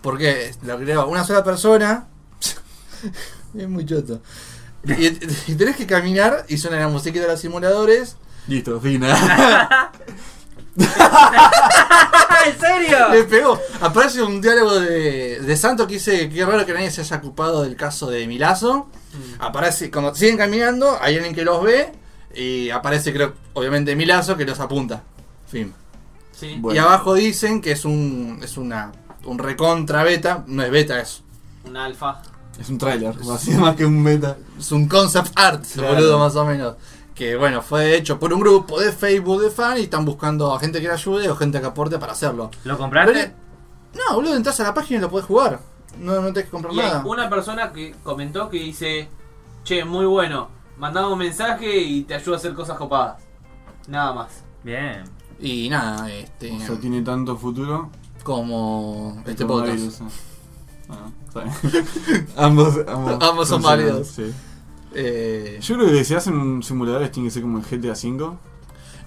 Porque lo creo una sola persona. es muy choto. Y, y tenés que caminar y suena la musiquita de los simuladores.
Listo, ¿eh? fina.
¡Ah, en
Le
serio!
pegó. Aparece un diálogo de, de Santo que dice que raro que nadie se haya ocupado del caso de Milazo.
Mm.
Aparece, cuando siguen caminando, hay alguien que los ve. Y aparece, creo, obviamente Milazo que los apunta. Fin.
Sí.
Bueno.
Y abajo dicen que es un. es una. un recontra beta. No es beta, es.
Un alfa.
es un trailer, así más que un meta.
Es un concept art,
Claro.
boludo, más o menos. Que bueno, fue hecho por un grupo de Facebook de fan y están buscando a gente que le ayude o gente que aporte para hacerlo.
¿Lo compraste?
Pero- no, boludo, entras a la página y lo podés jugar. No, no tenés que comprar
Y hay
nada.
una persona que comentó que dice, che, muy bueno, mandame un mensaje y te ayuda a hacer cosas copadas. Nada más.
Bien.
Y nada, este.
O sea, tiene tanto futuro.
como.
el
Este
coronavirus,
podcast.
eh. Bueno, está bien. ambos, ambos,
Ambos son válidos.
sí.
Eh,
Yo creo que si hacen un simulador, este tiene que ser como el GTA V.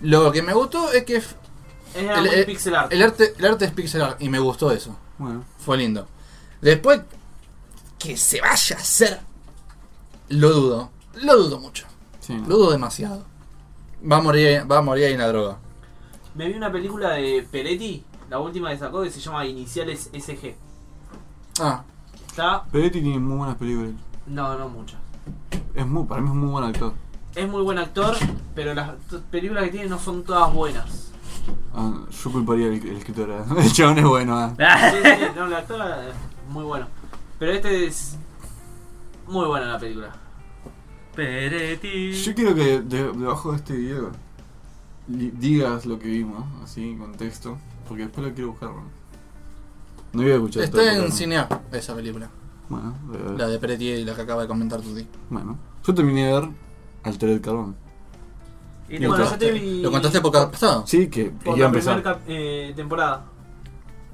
lo que me gustó es que f-
Era
El-
muy
el-
pixel art.
el arte, el arte es pixel art y me gustó eso.
Bueno,
Fue lindo. Después, que se vaya a hacer. Lo dudo. Lo dudo mucho.
sí. ¿no?
Lo dudo demasiado. Va a morir, va a morir ahí en la droga.
Me vi una película de Peretti, la última que sacó, que se llama Iniciales SG.
Ah,
Está...
Peretti este tiene muy buenas películas.
No, no muchas.
Es muy, para mí es muy buen actor.
Es muy buen actor, pero las t- películas que tiene no son todas buenas.
Ah, yo culparía al al escritor. eh. El chabón es bueno. ah.
Sí, sí, no, el actor eh, muy bueno. Pero este es muy buena la película.
Peretti.
Yo quiero que de- debajo de este video li- digas lo que vimos, así, en contexto, porque después lo quiero buscar. No, no voy a escuchar todo,
está
pero-
en cinea esa película.
Bueno, eh,
La de Peretti y la que acaba de comentar Tuti.
bueno. Yo terminé de ver Altered Carbón.
Y
Bueno,
bueno,
yo te vi-
Lo contaste porque pasado.
Sí, que iba
Por
a
la
empezar.
primera cap- eh, temporada.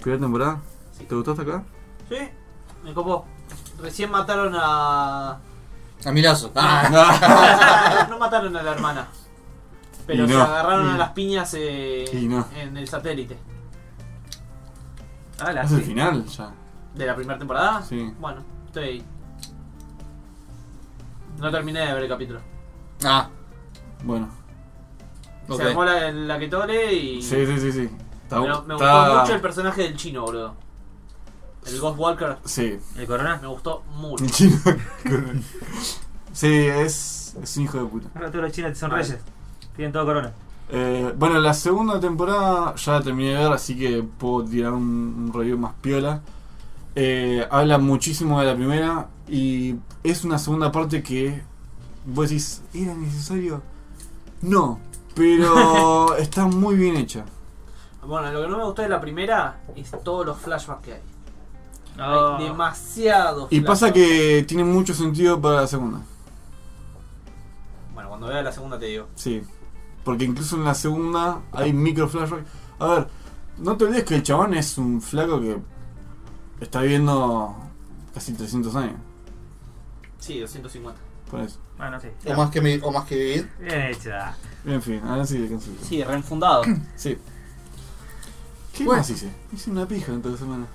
Primera temporada.
Sí.
¿Te gustó hasta acá?
Sí, me copó. Recién mataron a...
A Milazo. Ah,
no mataron a la hermana. Pero
Y
se
no.
agarraron a
Y-
las piñas eh,
Y no.
en el satélite.
Ah, la-
Es el final ya.
¿De la primera temporada?
Sí.
Bueno, estoy ahí. No terminé de ver el capítulo.
ah
Bueno.
ok.
Se armó la, la que tole y...
Sí, sí, sí, sí. Está,
Pero me
está-
gustó mucho el personaje del chino, boludo. El Ghost Walker
Sí.
¿El corona?
me gustó mucho.
El chino. sí, es, es un hijo de puta.
Ahora todos los chinos son reyes. Tienen todo corona.
Eh, bueno, la segunda temporada ya la terminé de ver, así que puedo tirar un, un review más piola. Eh, habla muchísimo de la primera y es una segunda parte que Vos decís, ¿era necesario? No, pero está muy bien hecha.
Bueno, lo que no me gustó de la primera es todos los flashbacks que hay.
Ah.
Hay demasiados
Y
flashbacks.
pasa que tiene mucho sentido para la segunda.
Bueno, cuando vea la segunda te digo.
Sí. Porque incluso en la segunda hay micro flashback. A ver, no te olvides que el chabón es un flaco que está viviendo casi 300 años.
Sí, 250.
Por eso.
Bueno, sí.
O más que, mi- o más que vivir.
Bien hecha.
En fin, ahora sí descanso.
Sí, reenfundado.
Sí. ¿Qué
Bueno.
más hice? Hice una pija en toda la semana.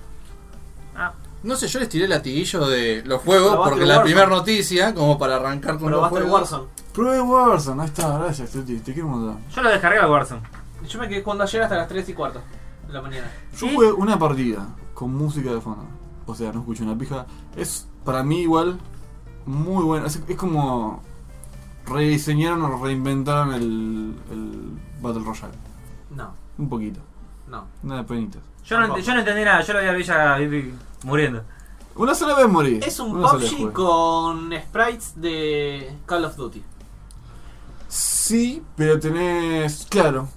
Ah,
No sé, yo les tiré el latiguillo de los juegos
Probaste
porque
el
la
Warzone.
primera noticia, como para arrancar con
Pero
los
basta el
juegos.
Warzone.
Pruebe Warzone, ahí está, gracias, Tuti, te quiero montar.
yo lo descargué al Warzone.
Yo me quedé jugando ayer hasta las 3 y cuarto de la mañana.
Yo
¿Sí?
jugué una partida con música de fondo. O sea, no escuché una pija. Es para mí igual muy bueno. Es, es como rediseñaron o reinventaron el, el Battle Royale.
No,
Un poquito.
no.
Nada de penitas.
Yo no, ent- yo no entendí nada, yo lo vi a Villa Vivi muriendo.
Una sola vez morí.
Es un
Una sola vez
PUBG
jugué.
con sprites de Call of Duty.
Sí, pero tenés. Claro.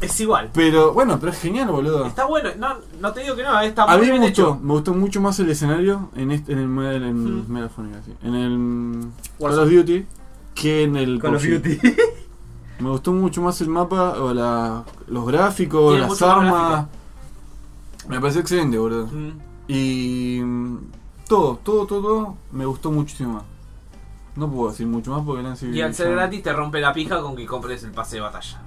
Es igual.
Pero bueno, pero es genial, boludo.
Está bueno. No, no te digo que no, eh, está
A
Ah, muy
mí me
bien
gustó,
hecho. Mm.
me gustó Ah. mucho más el escenario en este, en el en, en,
Ujú.
Medafónica, sí. en el Call
Warzone.
of Duty que en el
Call of
PUBG.
Duty.
Me gustó mucho más el mapa, o la, los gráficos,
Tiene
las
mucho más
armas. Me pareció excelente, boludo.
Mm.
Y mm, todo, todo, todo, todo me gustó muchísimo más. No puedo decir mucho más porque Nancy.
Y al ser
ya-
gratis te rompe la pija con que compres el pase de batalla.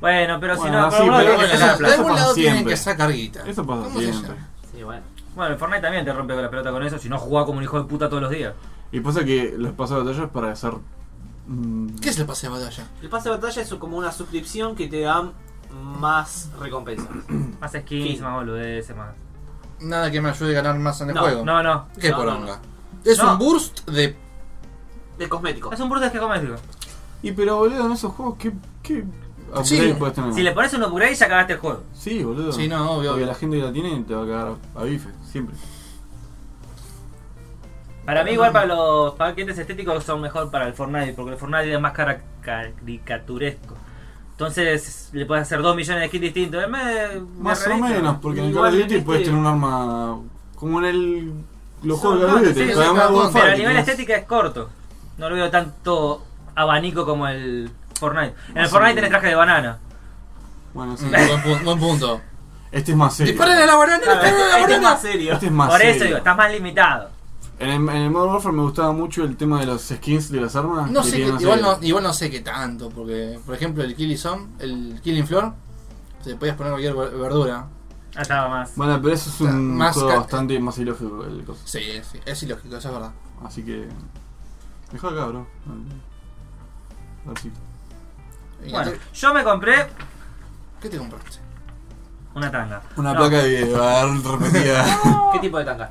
Bueno, pero si
Bueno,
no,
sí,
pero uno tiene que
pero bueno,
sacar
eso-
la
de
plata.
eso
algún
pasa
lado tienen
siempre.
que sacar guita.
Eso pasa
¿Cómo se
siempre.
llama?
Sí, bueno.
Bueno, el Fortnite también te rompe la pelota con eso, si no jugaba como un hijo de puta todos los días.
Y pasa que los pasos de batalla es para hacer. mm,
¿Qué es el pase de batalla?
El pase de batalla es como una suscripción que te dan más recompensas.
Más skins,
Sí.
más boludeces, más.
Nada que me ayude a ganar más en el
No,
juego.
No, no.
¿Qué
no,
poronga? Es
No.
un burst de.
De cosméticos.
Es un bruto que comes, digo.
Y pero boludo, en esos juegos, ¿qué, qué upgrade
Sí.
podés tener?
Si le pones un upgrade, ya cagaste el juego.
Sí, boludo.
Sí, no, obvio.
Porque
obvio.
la gente que la tiene te va a cagar a bife, siempre.
Para mí, igual, para los paquetes estéticos son mejor para el Fortnite, porque el Fortnite es más cara- caricaturesco. Entonces, le puedes hacer 2 millones de skins distintos. Es medio-
Más o
medio rarito.
menos, porque en el Call
Igual
of
en
Duty puedes
este-
tener un arma como en el. Los
Son
juegos de Call of
armas,
Duty,
sí,
pero
sí,
además
cada
World
uno.
Fight,
Pero a nivel
tenés-
estética es corto. No lo veo tanto abanico como el Fortnite. En el
Más o
Fortnite
menos.
tenés traje de banana.
Bueno, sí.
Mm, buen, pu- buen punto.
Este es más serio.
Disparen a la banana,
Claro,
disparen a la
este es
banana.
más serio.
Este es más
Por eso
serio.
digo, estás más limitado.
en, el, en el Modern Warfare me gustaba mucho el tema de los skins de las armas.
No
que
sé
tienen
qué-
así-
igual, no, igual no sé qué tanto, porque por ejemplo el Killing Zone, el Killing Floor, se podías poner cualquier ver- verdura.
Ah, estaba más.
Bueno, pero eso es
Está
un
más
juego
ca-
bastante más ilógico el coso.
Sí, sí, es ilógico, eso es verdad.
Así que. Dejá acá, bro. Así.
Y
Bueno,
entonces,
yo me compré
¿Qué te compraste?
una tanga.
Una
No,
placa de bar repetida.
¿Qué tipo de tanga?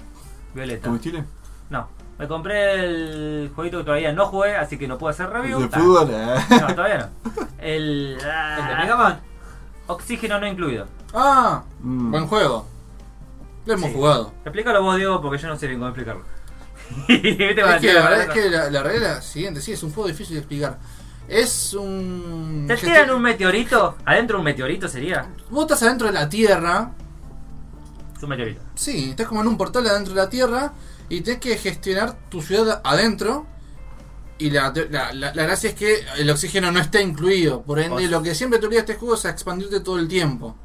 Violeta.
¿Comestible?
No. Me compré el jueguito que todavía no jugué, así que no puedo hacer review.
De
Ah,
fútbol, eh.
No, todavía no. El.
¿El de
ah,
Mega Man?
oxígeno no incluido.
Ah,
Mm.
buen juego. Lo hemos
Sí.
jugado.
Explícalo vos, Diego, porque yo no sé bien cómo explicarlo. Viste, cuando
Es que
te-
la verdad es que la, la regla es la siguiente, sí, es un juego difícil de explicar. Es un...
Te
gesti-
tiran un meteorito. Adentro un meteorito sería.
Vos estás adentro de la Tierra,
Es un meteorito.
sí, estás como en un portal adentro de la Tierra y tenés que gestionar tu ciudad adentro. Y la, la- la- la gracia es que el oxígeno no está incluido, por ende
Os-
lo que siempre te obliga este juego es a expandirte todo el tiempo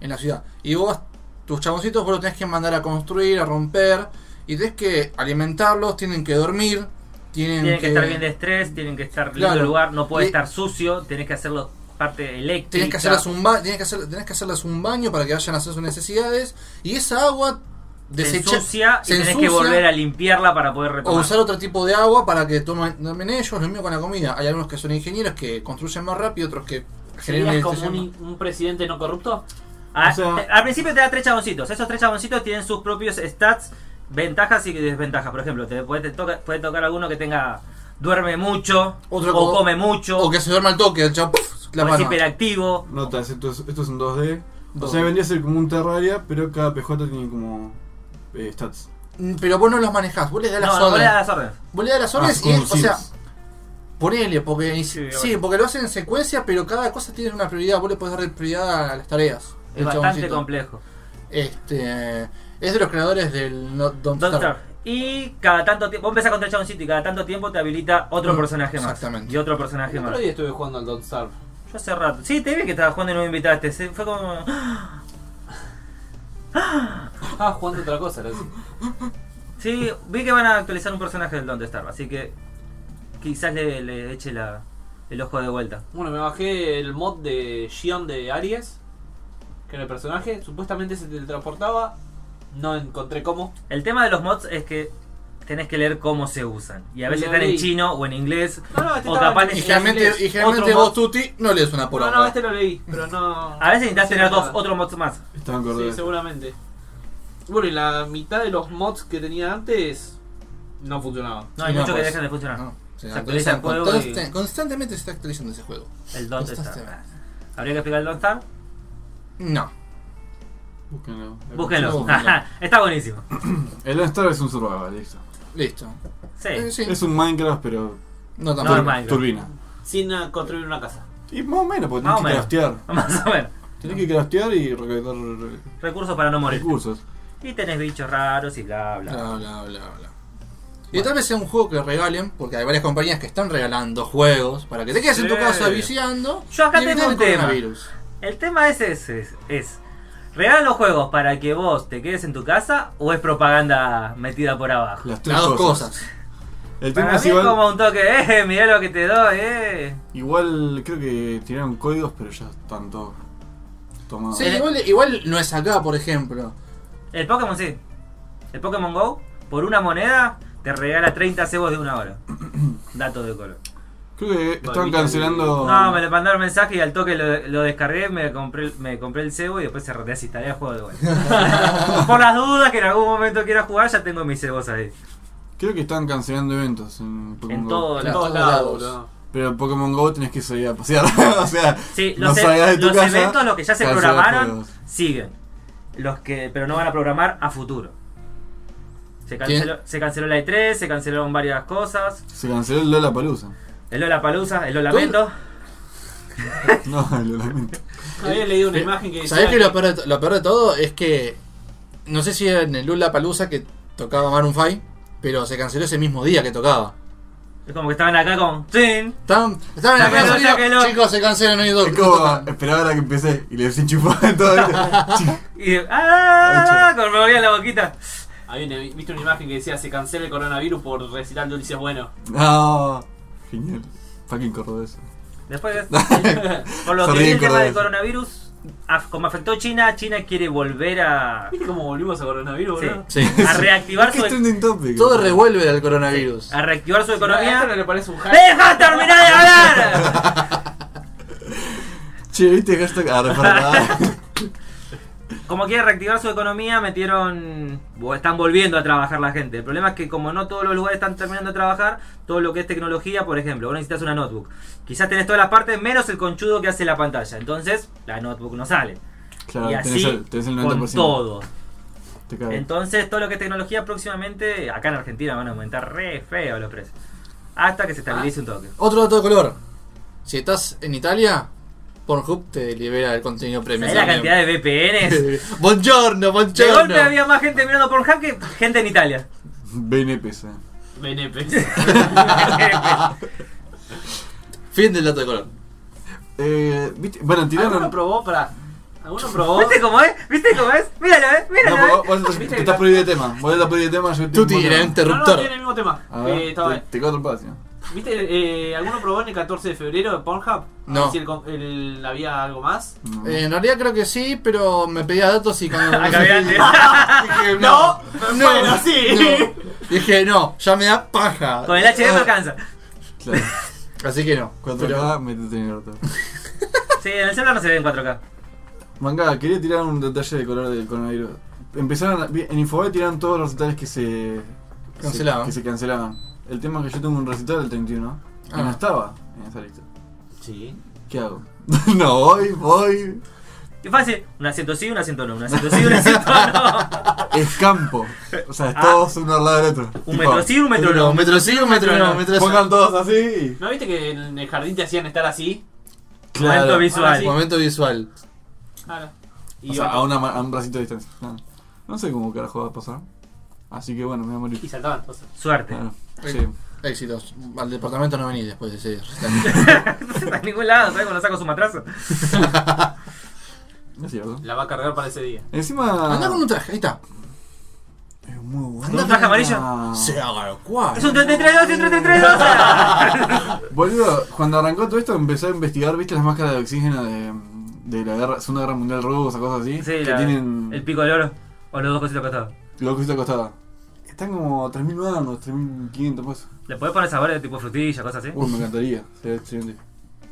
en la ciudad. Y vos, tus chaboncitos, vos los tenés que mandar a construir, a romper, y tenés que alimentarlos, tienen que dormir, tienen,
Tienen que estar bien de estrés, tienen que estar lindo
Claro.
el lugar, no puede
Y-
estar sucio, tenés que hacerlo parte eléctrica.
Tenés que, hacerlas un ba- tenés, que hacer- tenés que hacerlas un baño para que vayan a hacer sus necesidades. Y esa agua
se
desecha,
ensucia y
se
tenés que
ensucia,
volver a limpiarla para poder
O
retomar.
usar otro tipo de agua para que tomen, tomen ellos. Lo mismo con la comida. Hay algunos que son ingenieros que construyen más rápido, otros que generan
¿Serías como
electricidad
un, un presidente no corrupto?
Ah,
O sea-
te- al principio te da tres chaboncitos. Esos tres chaboncitos tienen sus propios stats, ventajas y desventajas. Por ejemplo, te puede, te toca- puede tocar alguno que tenga duerme mucho,
Otro
o
co-
come mucho,
O que se duerma al toque, el chavo, ¡puf! la
o es
mano.
hiperactivo.
Nota, esto es, esto es en 2D. O
Dos.
sea, vendría a ser como un Terraria, pero cada PJ tiene como eh, stats.
Mm, Pero vos no los manejás, vos les das
No,
las
no, vos le das
órdenes.
las órdenes.
Vos le das las órdenes
Ah,
y, o
conducidos.
sea, Ponele, porque sí,
obvio.
porque lo hacen en secuencia, pero cada cosa tiene una prioridad. Vos le podés dar prioridad a las tareas.
Es
del
bastante
chaboncito.
complejo.
Este, es de los creadores del no, Don't,
Don't
Starve.
Starve. Y cada tanto tiempo, vos empezás contra el chaboncito y cada tanto tiempo te habilita otro
Mm,
personaje más.
exactamente.
Y otro personaje
El
más.
otro día estuve jugando al Don't Starve.
Yo hace rato. Sí, te vi que estabas jugando y no me invitaste. Se- Fue como.
Estaba Ah, jugando otra cosa, lo sé.
Sí, vi que van a actualizar un personaje del Don't Starve, así que quizás le, le eche la, el ojo de vuelta.
Bueno, me bajé el mod de Shion de Aries, que era el personaje. Supuestamente se teletransportaba. No encontré cómo.
El tema de los mods es que tenés que leer cómo se usan. Y a veces
Lo
están en
leí.
chino o en inglés.
No, no, este
o
estaba
capaz
en
le-
Y
inglés.
generalmente, y generalmente
Otro
vos,
mod.
Tuti, no lees una por Ah,
No,
otra.
no, este lo leí, pero no.
A veces necesitas
no sé
tener dos,
nada.
otro mod más.
Estaban
Sí,
cordiales.
seguramente. Bueno, y la mitad de los mods que tenía antes no funcionaban.
No, hay
Sí, no,
muchos que
pues,
dejan de funcionar.
No, se
Se
actualiza
actualiza el juego
constante-
y-
Constantemente se está actualizando ese juego.
El Don't
Constante-
Starve. Habría que explicar el Don't Starve.
No.
Búsquenlo.
Búsquenlo.
búsquenlo.
Está buenísimo.
El Lone Star es un survival, listo.
Listo. Eh,
Sí.
sí.
Es un Minecraft, pero
No
No,
tampoco.
es Minecraft.
turbina.
Sin ah, construir una casa.
Y más o menos, porque
Más
tenés que
o menos.
craftear.
Más o menos.
Tenés que craftear y recolectar eh,
Recursos para no morir.
recursos.
Y tenés bichos raros y bla, bla.
Bla, bla, bla, bla. Y tal vez sea un juego que regalen, porque hay varias compañías que están regalando juegos para que te quedes en tu
Sí.
casa viciando.
Yo acá
y
tengo
evitar
un
el
tema.
coronavirus.
El tema es ese, es, es ¿regalan los juegos para que vos te quedes en tu casa o es propaganda metida por abajo?
Las tres
Las dos cosas.
El tema
Para
es
mí es
igual.
como un toque, eh, mirá lo que te doy, eh.
Igual creo que tiraron códigos, pero ya están todos tomados.
Sí, igual, igual no es acá, por ejemplo.
El Pokémon sí. El Pokémon GO, por una moneda, te regala 30 cebos de una hora. Dato de color.
Creo que estaban
Babita
cancelando.
No, me le mandaron mensaje y al toque lo, lo descargué, me compré, el- me compré el cebo y después se desinstalé el juego de vuelta. por las dudas que en algún momento quiera jugar, ya tengo mis cebos ahí.
Creo que estaban cancelando eventos en Pokémon
En
Go.
todo
En
lado.
todos
todos
lados,
lados.
boludo.
Pero en Pokémon Go tenés que salir a pasear. o sea,
Sí,
no
los, e-
salgas de tu
los
casa.
eventos, los que ya se
cancelar
programaron,
juegos.
siguen. Los que, pero no van a programar a futuro. Se canceló, se canceló la E3, se cancelaron varias cosas.
Se canceló el Lola Palusa.
El Lola Palusa, el Lola Lamento.
No, lo lamento.
Había leído una imagen que decía.
Eh, ¿Sabés que lo peor, de to- lo peor de todo es que. No sé si era en el Lula Palusa que tocaba Maroon 5, pero se canceló ese mismo día que tocaba.
Es como que estaban acá con. ¡Tin!
Estaban, estaban en la
Sáquelo,
canción,
sáquelo.
Chicos, se cancelan hoy dos.
Es como esperaba ahora que empecé y le desenchufaba todo.
Y. ¡Ah! Con revolvía en la boquita.
Había una- viste una imagen que decía: se cancela el coronavirus por recital de Ulises Bueno.
No, genial. Fucking cordobés.
Después, por lo que viene
Sonríe en
el tema del
cordobés.
coronavirus, af- como afectó a China, China quiere volver a,
¿Viste cómo volvimos a coronavirus,
Sí.
boludo?
Sí.
a reactivar
¿Qué es
su, e-
trending topic?
Todo revuelve al coronavirus.
a reactivar su
¿A esto no
economía.
le parece un hack?
¡Deja terminar de hablar!
Che, ¿viste hashtag? Ah, para nada.
Como quiere reactivar su economía, metieron. o están volviendo a trabajar la gente. El problema es que, como no todos los lugares están terminando de trabajar, todo lo que es tecnología, por ejemplo, vos necesitas una notebook. Quizás tenés todas las partes menos el conchudo que hace la pantalla. Entonces, la notebook no sale.
Claro,
y
tenés
así,
el, tenés el 90%.
con todo.
Te cago.
Entonces, todo lo que es tecnología, próximamente, acá en Argentina van a aumentar re feo los precios. Hasta que se estabilice un toque.
Otro dato de color. Si estás en Italia, Pornhub te libera el contenido premium.
¿Sabés la cantidad de VPNs?
buongiorno,
De golpe
buongiorno.
había más gente mirando por Pornhub que gente en Italia.
BNPC.
Ah,
BNP.
Fin del dato de color.
Eh, ¿viste?
Ah,
Bueno, tiraron.
¿Alguno probó para.? ¿Alguno probó?
Este
¿Viste cómo es? ¿Viste cómo es? Míralo, eh. Míralo, eh.
No, vos, vos te,
¿Viste
te
que
estás
la-
prohibido de tema. Vos estás prohibido de tema, yo te
Tuti era
No, no,
interruptor. Ah,
tiene el mismo tema.
A
Eh,
ver,
estaba
te, te corto el pase.
¿Viste? Eh, ¿Alguno probó en el 14 de febrero de Pornhub?
No.
A ver si el con- el- había algo más.
No.
Eh, en realidad creo que sí, pero me pedía datos y cuando...
Acá había antes.
Ah,
Dije,
No,
no,
bueno, sí.
no. Dije, no, ya me da paja.
Con el HD
Ah.
no alcanza.
Claro.
Así que no.
4K,
Pero-
métete en el orto.
Sí, en el celular no se ve en 4K.
Manga, quería tirar un detalle de color del coronavirus. Empezaron. a- En Infobae tiraron todos los recitales que se. que se-
Cancelaban.
Que se cancelaban. El tema es que yo tengo un recital del 31.
Ah.
Y no estaba en esa lista.
Sí.
¿Qué hago? no voy, voy.
Y fácil, un asiento sí, un asiento no, un asiento sí, un asiento no.
es campo. O sea, es todos uno al lado del otro.
Un metro sí, un metro
Metro,
no.
un metro sí, un metro no, un metro sí.
Pongan todos así
¿No viste que en el jardín te hacían estar así?
Momento visual.
Ah,
Momento visual.
Claro.
y. O
Y
sea,
iba-
ah,
a, una ma- a un bracito de distancia. Claro. No sé cómo carajo va a pasar. Así que bueno, me voy a
y
morir.
saltaban. entonces.
Suerte.
Claro. Sí.
Éxitos. Al departamento no venís después de ese recital.
a ningún lado, ¿sabes cuando saco su matrazo?
Es cierto.
La va a cargar para ese día.
Encima.
Anda con un traje, ahí está.
Es muy bueno.
Anda con un
traje amarillo.
Ah.
Se haga lo cual.
Es un 33-2, es un 33-2.
Boludo, cuando arrancó todo esto empecé a investigar, viste las máscaras de oxígeno de, de la guerra, Segunda Guerra Mundial rusa, cosas
Sí,
así. que
la-
tienen
el pico del oro. O los dos cositos costados.
lo que está costada. Están como 3.000 bananos, 3.500 pesos.
Le podés poner sabores de tipo frutilla, cosas así.
Uy, Uh, me encantaría, sería excelente.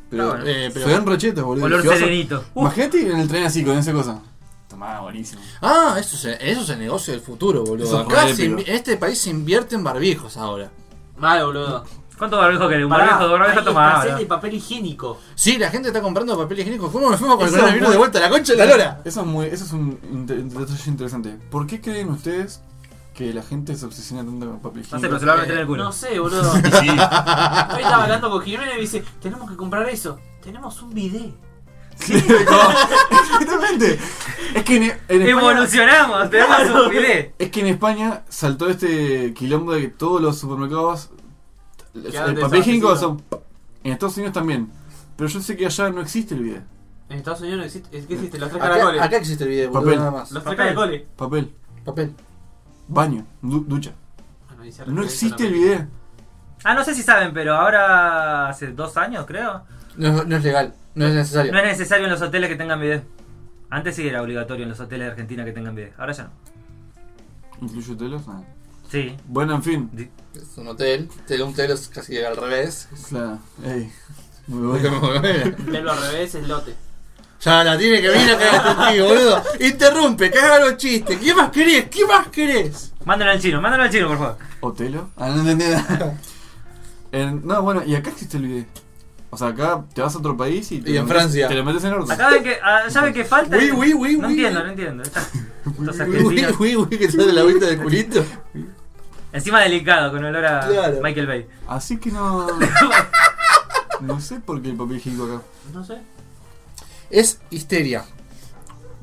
Pero,
Ah, bueno.
Eh, pero-
se ven rechetos, boludo.
Olor
Si vas a-
serenito. Uh,
Imagínate ir en el tren así con esa cosa. Tomá, buenísimo.
Ah, eso es, eso es el negocio del futuro, boludo.
Eso es
Acá
re
se
épico.
invi- este país se invierte en barbijos ahora.
Mal, boludo.
¿Cuánto barbijo querés? Un
Pará,
barbijo, dos barbijos
hay
tomaba.
escasez
¿verdad?
de papel higiénico.
Sí, la gente está comprando papel higiénico. ¿Cómo nos fuimos con el
Eso
coronavirus
es
de
muy-
vuelta? La concha de la lora.
Eso es, muy, eso es un inte- detalle interesante. ¿Por qué creen ustedes que la gente se obsesiona tanto con papel
No sé,
higiénico?
pero se lo va a meter en el
No
culo.
sé, boludo. Hoy estaba hablando con Jimena y me dice, tenemos que comprar eso. Tenemos un bidet.
Sí, como- Exactamente. Es que en, en España,
Evolucionamos, tenemos un bidet.
es que en España saltó este quilombo de que todos los supermercados el
Quedan
papel higiénico
desabastecidos.
son en Estados Unidos también. Pero yo sé que allá no existe el bidet.
En Estados Unidos no existe. ¿Qué existe? Los tres caracoles.
Acá, acá existe el video, boludo,
Papel.
nada más.
Los
Papel.
tres caracoles.
Papel,
Papel.
baño, du- ducha.
Bueno, y se
No
refiere
existe el
solamente.
bidet.
Ah, no sé si saben, pero ahora hace dos años, creo.
No, no es legal, no es necesario.
No es necesario en los hoteles que tengan bidet. Antes sí era obligatorio en los hoteles de Argentina que tengan bidet. Ahora ya no.
¿Incluye telos? Ah.
Sí.
Bueno, en fin.
Es un hotel, te da un telo es casi al revés.
Claro. Ey. Muy
Porque
bueno.
me volvé.
El pelo al revés es lote.
Ya la tiene que venir acá este tío, boludo. Interrumpe, que haga los chistes. ¿Qué más querés? ¿Qué más querés?
Mándalo al chino, mándalo al chino, por favor.
¿Otelo? Ah, no entendí nada. En- no, bueno, y acá existe el bidet. O sea, acá te vas a otro país y te,
Y
lo
en
metes-
Francia.
te lo metes en orden.
Acá ven que, ah, ya ven que falta.
Uy, uy, uy,
no
uy.
entiendo, no entiendo. Está- Estos
Uy, uy,
argentinos.
uy, uy, que sale la vista del culito.
Encima delicado, con olor a
Claro.
Michael Bay.
Así que no. No sé por qué el papel higiénico acá.
No sé.
Es histeria.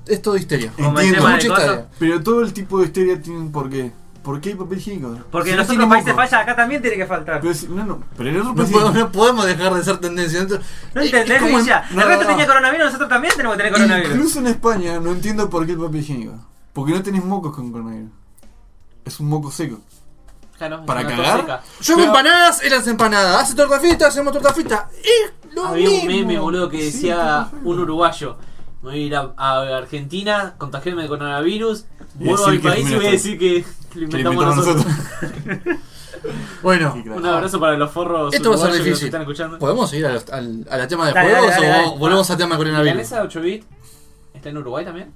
Es todo histeria.
Como el
Entiendo.
tema
Mucha
del
histeria.
coso.
Pero todo el tipo de histeria tiene un porqué. ¿Por qué hay papel higiénico?
Porque
Si
en
no
los
tiene
otros países
moco.
falla, acá también tiene que faltar.
Pero si- no, no. Pero en otros
No
países.
podemos, no podemos dejar de ser tendencia. No
¿No entendés, Villa?
no,
el resto
no.
tenía coronavirus, nosotros también tenemos que tener coronavirus.
Incluso en España no entiendo por qué el papel higiénico. Porque no tenés mocos con coronavirus. Es un moco seco.
Claro, es
¿Para
una
cagar?
toseca.
Yo hago
Pero-
empanadas, eran empanadas. Hace torta frita, hacemos torta frita. Es lo
Había un
mismo.
meme, boludo, que
Sí,
decía
está perfecto.
un uruguayo. Me voy a ir a, a Argentina, contagiarme de coronavirus,
Y
vuelvo a
decir
mi
que
país y voy a
inventaron.
decir que, que lo
Que
inventamos,
lo inventamos
nosotros.
nosotros.
Bueno,
Sí, claro.
Un abrazo para los forros
Esto va a ser
uruguayos que nos
difícil.
están escuchando.
¿podemos ir a, los- al- a la tema de
Dale,
juegos
dale, dale,
o
dale.
volvemos a tema coronavirus?
¿Milanesa de 8 bit está en Uruguay también?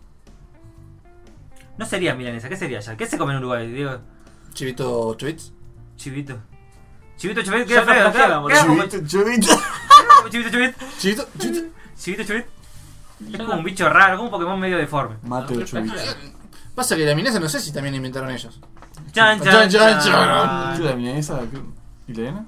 No sería milanesa, ¿qué sería allá? ¿Qué se come en Uruguay? Digo,
Chivito tweets.
chivito. Chivito chivito, queda
Ya nos
feo, queda-
contagiamos,
queda como
Chivito, chivito.
como chivito chivito.
Chivito, chivito.
Chivito chivito. Es como un bicho raro, como un Pokémon medio deforme.
Mate 8 bits.
Pasa que la minesa no sé si también la inventaron ellos.
Chan, chan,
Chan, chan,
¿Qué
chan.
la milanesa? ¿Qué- ¿Italiana?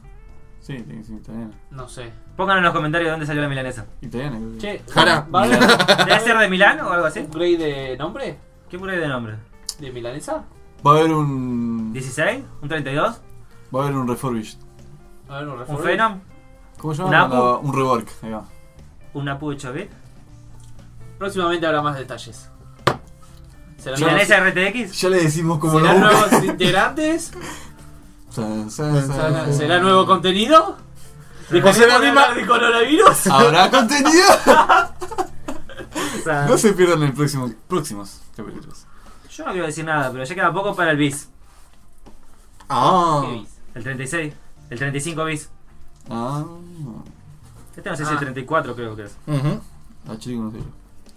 Sí, tiene que ser italiana.
No sé.
Pongan en los comentarios dónde salió la milanesa.
Italiana, creo que.
Che,
Jara.
¿va a haber
¿Debe ser de Milán o algo así?
upgrade de nombre?
¿Qué puré de nombre?
¿De Milanesa?
Va a haber un.
¿16? ¿Un 32?
Va a haber un refurbished.
Va a haber un
¿Un
reform.
Phenom?
¿Cómo se
¿Un
llama?
Apu?
Cuando- Un rework. Ahí va.
¿Un Apu 8-bit?
Próximamente habrá más detalles. Serán nuevos,
¿Milanesa RTX?
Ya le decimos como
serán
la
nuevos integrantes,
San, san, san,
será nuevo contenido.
José
¿Dejaremos de
Lima.
hablar de coronavirus?
¿Habrá contenido?
San.
Ah.
No se pierdan el próximo, próximos capítulos.
Yo no quiero decir nada, pero ya queda poco para el bis.
Ah.
El 36. El 35 bis.
Ah,
Este no sé si el
Ah.
34 creo que es.
Ujú.
la chica ah, no sé.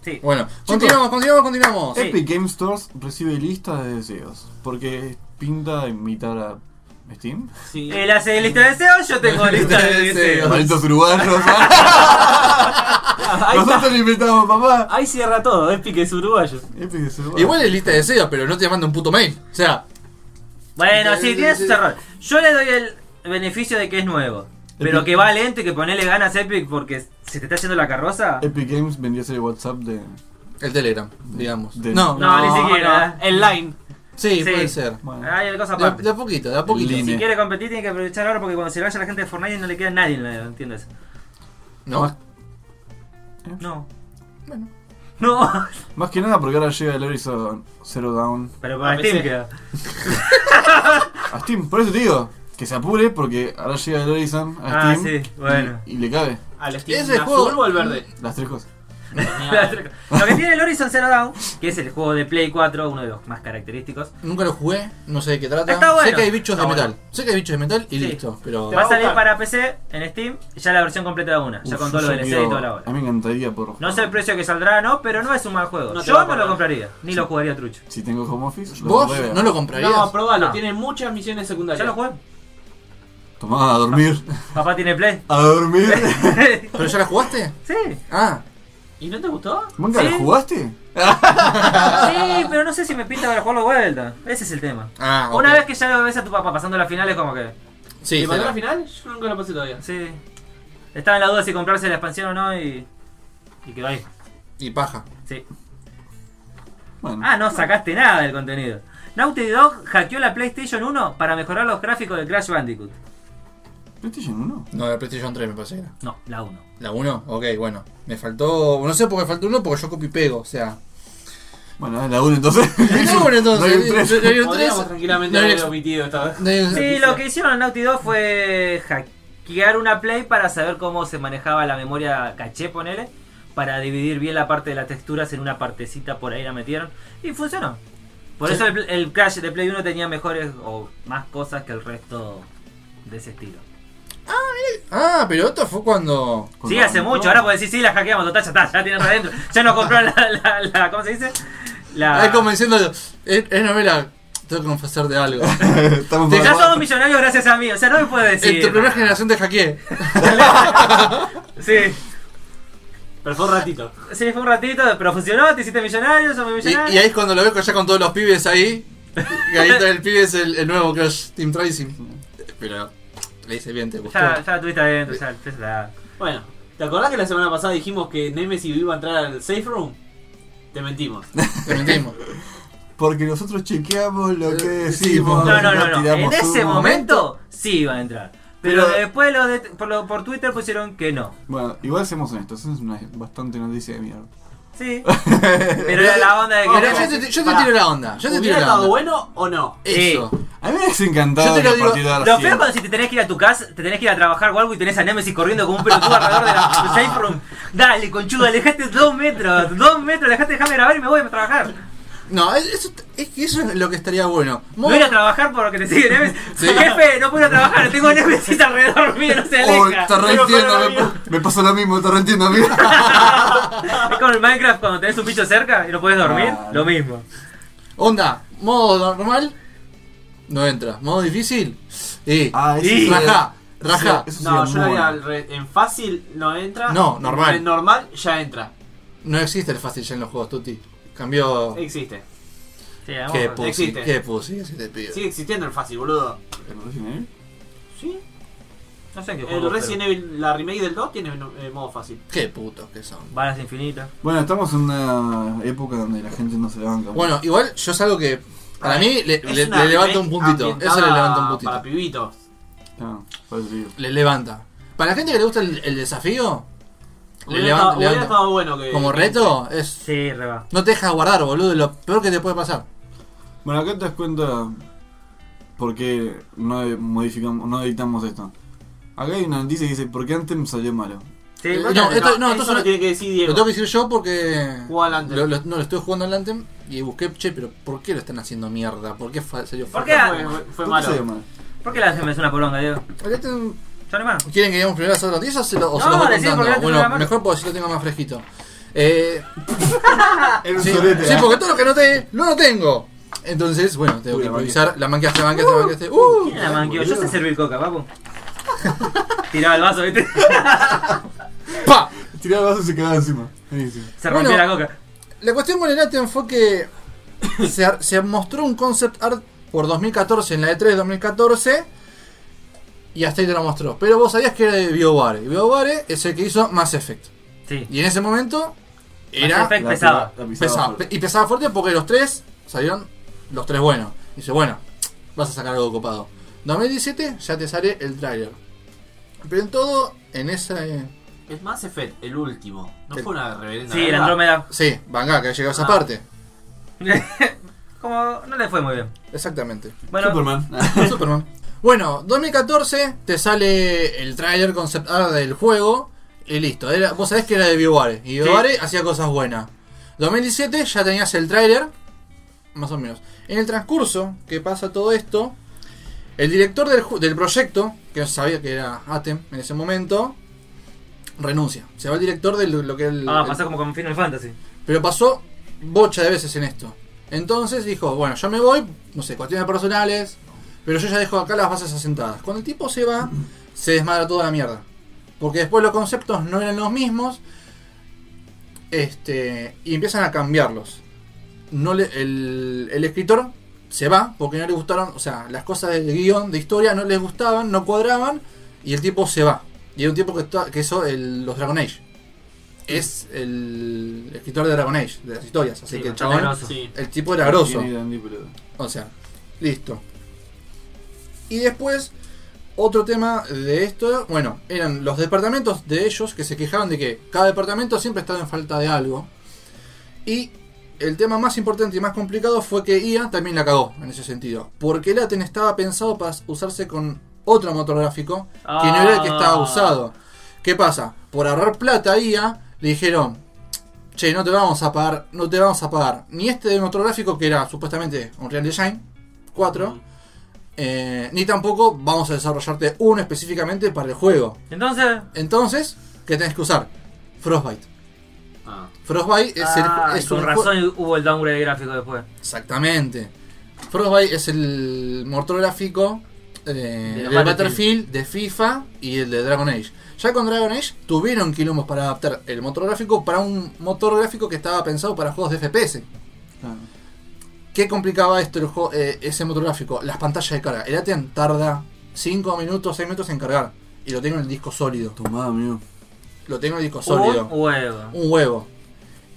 Sí.
Bueno, continuamos, continuamos, continuamos.
Sí.
Epic Game Stores recibe listas de deseos. Porque pinta imitar a ¿Steam?
Sí.
Él hace lista de deseos, yo tengo lista de deseos.
Malditos uruguayos.
Ah, Ahí, está. Ah.
Nosotros lo inventamos, papá.
Ahí cierra todo, Epic es uruguayo.
Epic es uruguayo.
Igual es lista de deseos, pero no te manda un puto mail. O sea,
Bueno, sí, tiene sus errores. Yo le doy el beneficio de que es nuevo. Pero que va lento y que ponele ganas Epic porque se te está yendo la carroza.
Epic Games vendió ese WhatsApp de.
el Telegram, digamos.
De-
No,
No, ni siquiera.
no, En line.
sí,
sí.
puede ser.
Bueno.
Ah,
Hay algo
De, a-
aparte.
de a poquito, de a poquito.
Línea.
Si quiere competir tiene que aprovechar ahora porque cuando se vaya la gente de Fortnite no le queda nadie en la entiendo eso.
No,
No. No.
Más que nada porque ahora llega el Horizon Zero Down
Pero para
A
Steam
PC.
queda.
a Steam. Por eso te digo, que se apure porque ahora llega el Horizon a
Ah,
Steam.
sí, bueno.
Y, y le cabe
Al Steam
Ese
azul
juego-
o el verde.
las tres cosas.
Lo que tiene el Horizon Zero Dawn, que es el juego de Play 4, uno de los más característicos,
nunca lo jugué, no sé de qué trata.
Está bueno.
Sé que hay bichos de
Está
metal. Sé que hay bichos de metal y
Sí.
listo. Pero
va a salir
gustar.
para PC en Steam, ya la versión completa de una, ya
Uf,
con todo lo
yo
DLC y
quiero-
toda la hora.
A mí me encantaría por.
No sé el precio que saldrá, no, pero no es un mal juego.
No te
Yo
va a
no lo
pagar.
compraría, ni lo jugaría trucho.
Si tengo home office,
vos
lo
no lo comprarías.
No, probalo,
No.
tiene muchas misiones
Ya
secundarias.
lo jugué.
Tomá, a dormir.
Papá tiene Play.
A dormir.
¿Pero ya la jugaste?
sí.
Ah,
¿Y no te gustó?
¿Nunca
Sí.
lo jugaste?
Sí, pero no sé si me pinta para jugarlo de vuelta. Ese es el tema.
ah ok.
Una vez que ya lo ves a tu papá pasando las finales, como que.
Sí,
¿Te mandó
será.
la final? Yo nunca lo pasé todavía.
Sí. Estaba en la duda si comprarse la expansión o no y. Y quedó ahí.
y paja.
Sí.
Bueno.
Ah, no sacaste nada del contenido. Naughty Dog hackeó la PlayStation 1 para mejorar los gráficos de Crash Bandicoot.
PlayStation 1.
No, la PlayStation 3 me parece que era.
No, la 1.
¿La 1? Ok, bueno. Me faltó. No sé por qué me faltó uno porque yo copio y pego, o sea.
Bueno, es la 1 entonces.
No, bueno,
No hay un
entonces.
tres.
no hay un tres,
Podríamos tranquilamente
no hay un
haber
ex-
omitido esta vez.
no hay un-
Sí, lo que hicieron en Naughty Dog fue hackear una Play para saber cómo se manejaba la memoria caché, ponele, para dividir bien la parte de las texturas en una partecita por ahí la metieron y funcionó. Por
Sí.
eso el, el Crash de Play 1 tenía mejores o más cosas que el resto de ese estilo.
Ah, pero esto fue cuando.
Sí, hace mucho, ahora puedes decir, sí, la hackeamos, total, ya está, ya tienen adentro, ya nos compró la, la- la- ¿cómo se dice? La...
Ahí convenciendo. Es, es novela. Tengo que confesar de algo.
Estamos
Te
Ya
para-
somos millonarios gracias a mí, o sea, no me puedes decir.
en tu primera generación te hackeé.
Sí.
Pero fue un ratito.
Sí, fue un ratito, pero funcionó, te hiciste millonario, somos
Y, y
millonarios.
ahí es cuando lo veo ya con todos los pibes ahí. Y ahí está el pibe es el, el nuevo Crash Team Tracing. Pero le hice bien, te gustó.
Ya, ya estuviste adentro, ya, ya está.
Bueno, ¿te acordás que la semana pasada dijimos que Nemesis iba a entrar al safe room? Te mentimos.
Te mentimos.
Porque nosotros chequeamos lo que
No,
decimos.
No, no, no, no. En
tiramos
ese
humo.
momento sí iba a entrar. Pero,
Pero-
después los de- por, lo- por Twitter pusieron que no.
Bueno, igual seamos honestos, eso es una bastante noticia de mierda.
Sí. Pero era la onda de que.
Mira, yo te, yo te
Ah.
Pará.
tiro la onda. Yo te tiro
¿Hubiera
la
estado
onda.
bueno o no?
Eso.
A mí me hubiese encantado
Yo te lo
que
digo,
a partir de ahora
Lo
sí-
feo es cuando si te tenés que ir a tu casa, te tenés que ir a trabajar o algo y tenés a Nemesis corriendo como un pelotudo alrededor de la safe room. Dale, conchudo, alejate dos metros, dos metros, alejate, déjame grabar y me voy a trabajar.
No, es- eso, es que eso es lo que estaría bueno.
No voy a ir a trabajar por lo que te sigue Nemesis.
Sí.
Jefe, no puedo ir a trabajar, tengo Nemesis alrededor mío, no se
Oh,
aleja.
te reentiendo, me, me pasa lo mismo, te reentiendo, amigo.
Es como el Minecraft cuando tenés un bicho cerca y no podés dormir,
Ah.
lo mismo.
Onda, modo normal. No entra. Modo difícil. Sí.
Ah, eso
Y-
sí,
Rajá, rajá.
eso- eso
No,
sí
yo
es
la
muy
haría al
bueno.
re- en fácil no entra.
No, normal.
En normal ya entra.
No existe el fácil ya en los juegos, Tuti. Cambió.
Existe.
Sí, vamos
Qué
a-
pussy,
Existe.
qué pussy, ese te pido.
Sigue existiendo el fácil, boludo.
¿El Resident Evil?
Sí.
No sé en qué juego.
El Resident Evil, la remake del 2 tiene eh, modo fácil.
Qué putos que son.
Balas infinitas.
Bueno, estamos en una época donde la gente no se levanta.
Bueno, igual yo es algo que. Para mí le,
Es
le-
una
le levanta un
remake
puntito. Eso le
ambientada
levanta un puntito.
Para pibitos.
Claro, por eso digo.
Le levanta. Para la gente que le gusta el, el desafío, le
Hubiera,
levanta.
estado, hubiera
levanta.
estado eh, bueno que.
Como
que-
reto, es.
Sí, reba.
No te dejas guardar, boludo. Lo peor que te puede pasar.
Bueno, acá te das cuenta por qué no modificamos, no editamos esto. Acá hay una noticia que dice, ¿por qué Anthem salió malo?
Sí,
Eh,
bueno,
no, esto- no,
eso
entonces-
lo tiene que decir
Lo
Diego.
tengo que decir yo porque.
Jugá al Anthem.
Lo, lo- no, lo estoy jugando al Anthem y busqué, che, pero ¿por qué lo están haciendo mierda? ¿Por qué fa- salió
¿Por
fatal?
qué?
Fue, fue- fue
¿Por qué
malo.
salió malo?
¿Por qué la gente me una poronga, Diego?
El Anthem-
Yo no más.
¿Quieren que digamos primero las otras noticias se lo- o se
No,
los voy
decí
contando?
porque antes no
Bueno,
era malo.
mejor porque si lo tengo más fresquito. Eh,
Era un
sí,
solete. ¿eh?
sí, porque todo lo que noté, no lo tengo. Entonces, bueno, tengo
Uy,
que
la
improvisar. La manqueaste, la manqueaste, la manqueaste. ¡Uh!
¿Quién la manqueó? Yo
boludo.
sé servir coca, papu. Tiraba el vaso, ¿viste?
Uh, ¡Pa!
Tiraba el vaso y se quedaba encima. Buenísimo.
Se rompió
Bueno.
la coca.
La cuestión con el Atem fue que se, ar- se mostró un concept art por 2014 en la E E3 2014 y hasta ahí te lo mostró. Pero vos sabías que era de BioWare. Y BioWare es el que hizo Mass Effect.
Sí.
Y en ese momento
Mass
era
Effect pesaba.
La, la pisaba
pesado.
fuerte.
Y pesaba fuerte porque los tres salieron los tres buenos. Y dice, bueno, vas a sacar algo copado. 2017 ya te sale el trailer. Pero en todo, en esa... eh,
Es más Effect, el último. No
El-
fue una reverenda.
Sí, el
verga.
Andrómeda.
sí, Vanga, que llegó a esa
Ah.
parte.
Como no le fue muy bien.
Exactamente.
Bueno,
Superman.
Superman. Bueno, 2014 te sale el trailer concept art del juego y listo. Era- vos sabés que era de BioWare y BioWare hacía cosas buenas. 2017 ya tenías el trailer, más o menos. En el transcurso que pasa todo esto, el director del, ju- del proyecto, que no sabía que era Atem en ese momento, renuncia. Se va el director de lo lo que el-
ah,
el-
pasó como con Final Fantasy.
pero pasó bocha de veces en esto. Entonces dijo, bueno, yo me voy, no sé, cuestiones personales, pero yo ya dejo acá las bases asentadas. Cuando el tipo se va, se desmadra toda la mierda. Porque después los conceptos no eran los mismos. Este. Y empiezan a cambiarlos. No le- el, el escritor se va porque no le gustaron. O sea, las cosas del guión, de historia, no les gustaban, no cuadraban. Y el tipo se va. Y era un tipo que, está- que hizo el- los Dragon Age. Es el escritor de Dragon Age, de las historias. Así
Sí,
que el
bastante
chabón.
grosso.
Sí.
El tipo era grosso.
Tiene Dandy, pero-
O sea, listo. Y después, otro tema de esto, bueno, eran los departamentos de ellos que se quejaban de que cada departamento siempre estaba en falta de algo. Y el tema más importante y más complicado fue que IA también la cagó en ese sentido. Porque el Aten estaba pensado para usarse con otro motor gráfico que no era el que estaba
Ah.
usado. ¿Qué pasa? Por ahorrar plata a IA, le dijeron, che, no te vamos a pagar, no te vamos a pagar ni este de motor gráfico que era supuestamente Unreal Engine 4, eh, ni tampoco vamos a desarrollarte uno específicamente para el juego.
Entonces,
Entonces, ¿qué tenés que usar? Frostbite.
Ah.
Frostbite es,
ah,
el,
y
es
con
un jue-
razón hubo el downgrade gráfico después.
Exactamente. Frostbite es el motor gráfico eh, del
Battlefield.
Battlefield, de FIFA y el de Dragon Age. Ya con Dragon Age tuvieron quilombos para adaptar el motor gráfico para un motor gráfico que estaba pensado para juegos de FPS.
Claro.
¿Qué complicaba esto el juego, eh, ese motor gráfico? Las pantallas de carga. El Aten tarda 5 minutos, 6 minutos en cargar. Y lo tengo en el disco sólido.
Tomá, amigo.
Lo tengo en el disco sólido.
Un huevo.
Un huevo.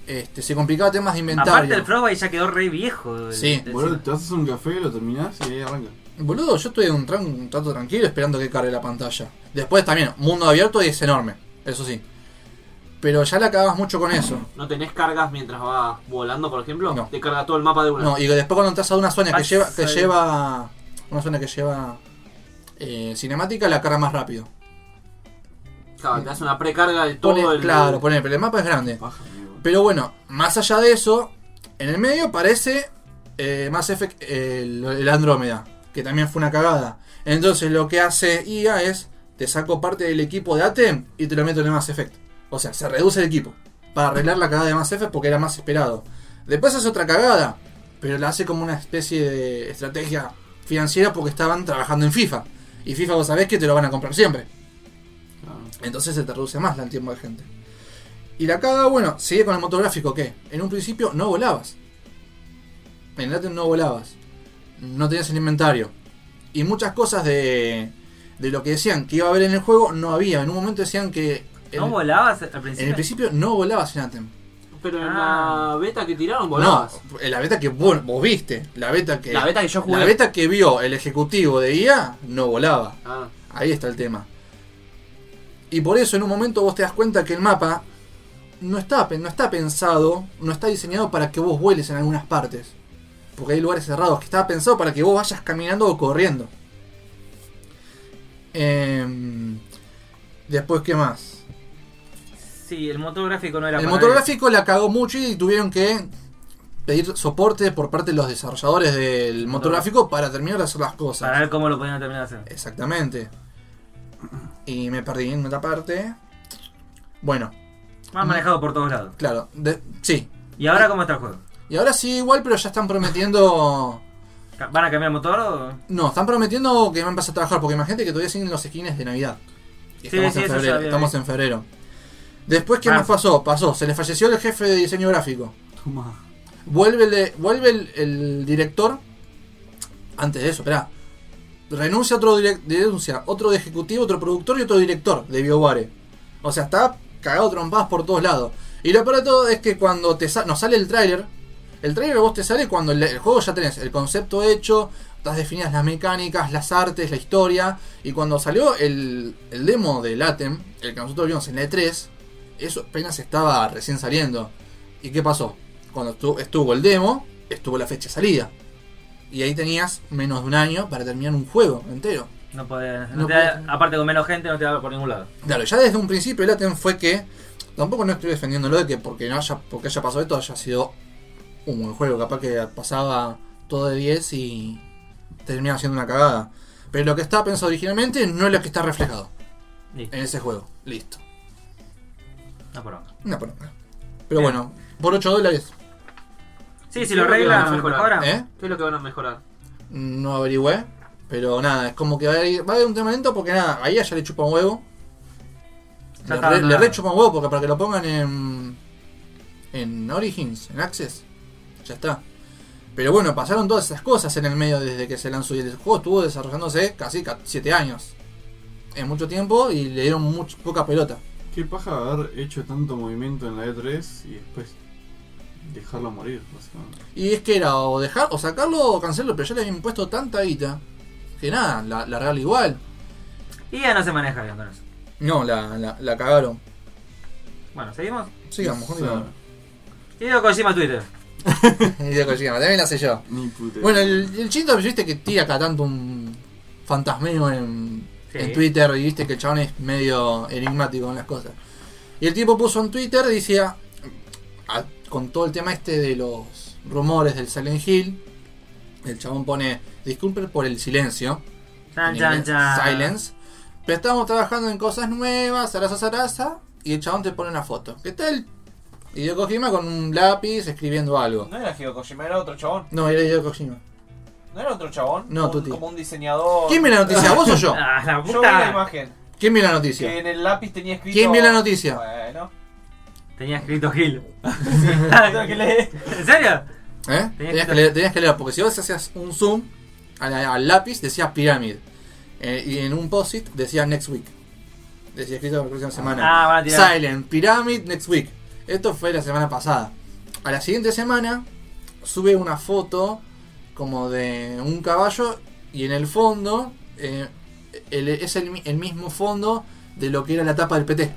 Este, se complicaba temas de
Aparte
inventario.
el Frostbite ya quedó re viejo. el-
Sí.
el-
Boludo, te haces un café, lo terminás y ahí arranca.
Boludo, yo estoy un, tran- un trato tranquilo esperando que cargue la pantalla. Después también, mundo abierto y es enorme, eso sí. Pero ya la cagabas mucho con eso.
¿No tenés cargas mientras vas volando, por ejemplo?
No.
Te carga todo el mapa de una.
No, y después cuando entras a una zona que
Pasa
lleva. que
ahí.
lleva. Una zona que lleva. eh, cinemática, la carga más rápido.
Claro, te hace una precarga de todo
Pone-
el.
claro, pone, pero el mapa es grande.
Paja, amigo.
Pero bueno, más allá de eso, en el medio parece eh, Mass Effect el, el Andrómeda, que también fue una cagada. Entonces lo que hace IA es, te saco parte del equipo de ATEM y te lo meto en el Mass Effect. O sea, se reduce el equipo para arreglar la cagada de Mass Effect porque era más esperado. Después hace otra cagada, pero la hace como una especie de estrategia financiera porque estaban trabajando en FIFA. Y FIFA vos sabés que te lo van a comprar siempre.
Claro.
Entonces se te reduce más la tiempo de gente. Y la caga, bueno, sigue con el motor gráfico que en un principio no volabas. En el Atem no volabas. No tenías el inventario. Y muchas cosas de, de lo que decían que iba a haber en el juego no había. En un momento decían que en,
¿No volabas al
en el
principio?
principio no volabas en Atem.
Pero en
Ah.
la beta que tiraron,
No,
volabas.
la beta que vos, vos viste, la beta que
la beta que yo jugué.
la beta que vio el ejecutivo de IA no volaba.
Ah,
Ahí está el tema. Y por eso en un momento vos te das cuenta que el mapa no está, pe- no está pensado, no está diseñado para que vos vueles en algunas partes. Porque hay lugares cerrados, que estaba pensado para que vos vayas caminando o corriendo. Em, después, ¿qué más?
Sí, el motor gráfico no era
El
para
motor
eso.
gráfico la cagó mucho y tuvieron que pedir soporte por parte de los desarrolladores del motor
Motor.
gráfico para terminar de hacer las cosas.
Para ver cómo lo podían terminar de hacer.
Exactamente. Y me perdí en otra parte. Bueno, Mm.
Más manejado por todos lados.
claro, de- sí.
¿Y ahora cómo está el juego?
Y ahora sí igual, pero ya están prometiendo...
Ca- ¿Van a cambiar el motor o.?
No, están prometiendo que va a empezar a trabajar, porque imagínate que todavía siguen los skins de Navidad. Y
Sí,
estamos
sí,
en
eso ya
febrero.
había
Estamos
visto.
en febrero. Después, ¿qué
Ah.
más pasó? Pasó, se le falleció el jefe de diseño gráfico.
Toma.
Vuelve, le- vuelve el, el director. Antes de eso, espera. Renuncia otro direc- denuncia, otro de ejecutivo, otro productor y otro director de BioWare. O sea, está cagado trompadas por todos lados. Y lo peor de todo es que cuando te sa- nos sale el tráiler, el tráiler vos te sale cuando el, el juego ya tenés el concepto hecho, estás definidas las mecánicas, las artes, la historia. Y cuando salió el, el demo de Latem, el que nosotros vimos en la E3, eso apenas estaba recién saliendo. ¿Y qué pasó? Cuando estu- estuvo el demo, estuvo la fecha de salida. Y ahí tenías menos de un año para terminar un juego entero.
No podés. no
No
te da-
puedes.
aparte, con menos gente, no te va por ningún lado.
Claro, ya desde un principio el Aten fue que. Tampoco no estoy defendiéndolo de que porque no haya, porque haya pasado esto haya sido un buen juego. Capaz que pasaba todo de 10 y terminaba siendo una cagada. Pero lo que estaba pensado originalmente no es lo que está reflejado
Listo.
en ese juego. Listo.
No por onda.
Una poronga. Pero bueno, por 8 dólares
Sí, si
Sí,
lo
lo que
arreglan,
van a mejorar.
mejora.
¿Eh?
¿Qué es lo que van a mejorar?
no averigüé. Pero nada, es como que va a haber, va a haber un tema lento porque nada, ahí ya le chupa un huevo.
Ya
Le
está
re,
dando
le
la-
re chupa un huevo porque para que lo pongan en. en Origins, en Access. Ya está. Pero bueno, pasaron todas esas cosas en el medio desde que se lanzó y el juego estuvo desarrollándose casi 7 años. Es mucho tiempo y le dieron much- poca pelota.
Qué paja haber hecho tanto movimiento en la E3 y después dejarlo morir, básicamente.
Y es que era o dejar o sacarlo o cancelarlo, pero ya le habían puesto tanta guita que nada, la, la real igual.
Y ya no se maneja bien con eso.
No, la, la, la cagaron.
Bueno, ¿seguimos?
Sigamos,
O sea,
continuamos.
Hideo Kojima Twitter.
Hideo Kojima, también la sé yo.
Ni puta.
Bueno, el, el Shinto, viste que tira acá tanto un fantasmeo en,
Sí.
en Twitter y viste que el chabón es medio enigmático en las cosas. Y el tipo puso en Twitter, decía, a- con todo el tema este de los rumores del Silent Hill, el chabón pone, disculpen por el silencio,
Chan,
en
chan,
inglés,
chan.
silence, pero estamos trabajando en cosas nuevas, zaraza, zaraza, y el chabón te pone una foto. ¿Qué tal? Hideo Kojima con un lápiz escribiendo algo.
No era Hideo Kojima, era otro chabón.
No, era Hideo Kojima.
No era otro chabón.
No,
Un-
Tuti.
Como un diseñador.
¿Quién ve la noticia? ¿Vos o yo?
Ah, la
Yo vi la
puta.
imagen.
¿Quién vio la noticia?
Que en el lápiz tenía escrito.
¿Quién vio la noticia?
Bueno.
Tenía escrito Gil. Ah,
tengo que leer.
¿En serio?
¿Eh? Tenías, que leer, tenías que leer, porque si vos hacías un zoom al, al lápiz decía Pyramid. Eh, y en un post-it decía Next Week. Decía escrito la próxima semana.
Ah, van a tirar.
Silent, Pyramid, Next Week. Esto fue la semana pasada. A la siguiente semana sube una foto como de un caballo y en el fondo eh, el- es el, mi- el mismo fondo de lo que era la tapa del PT.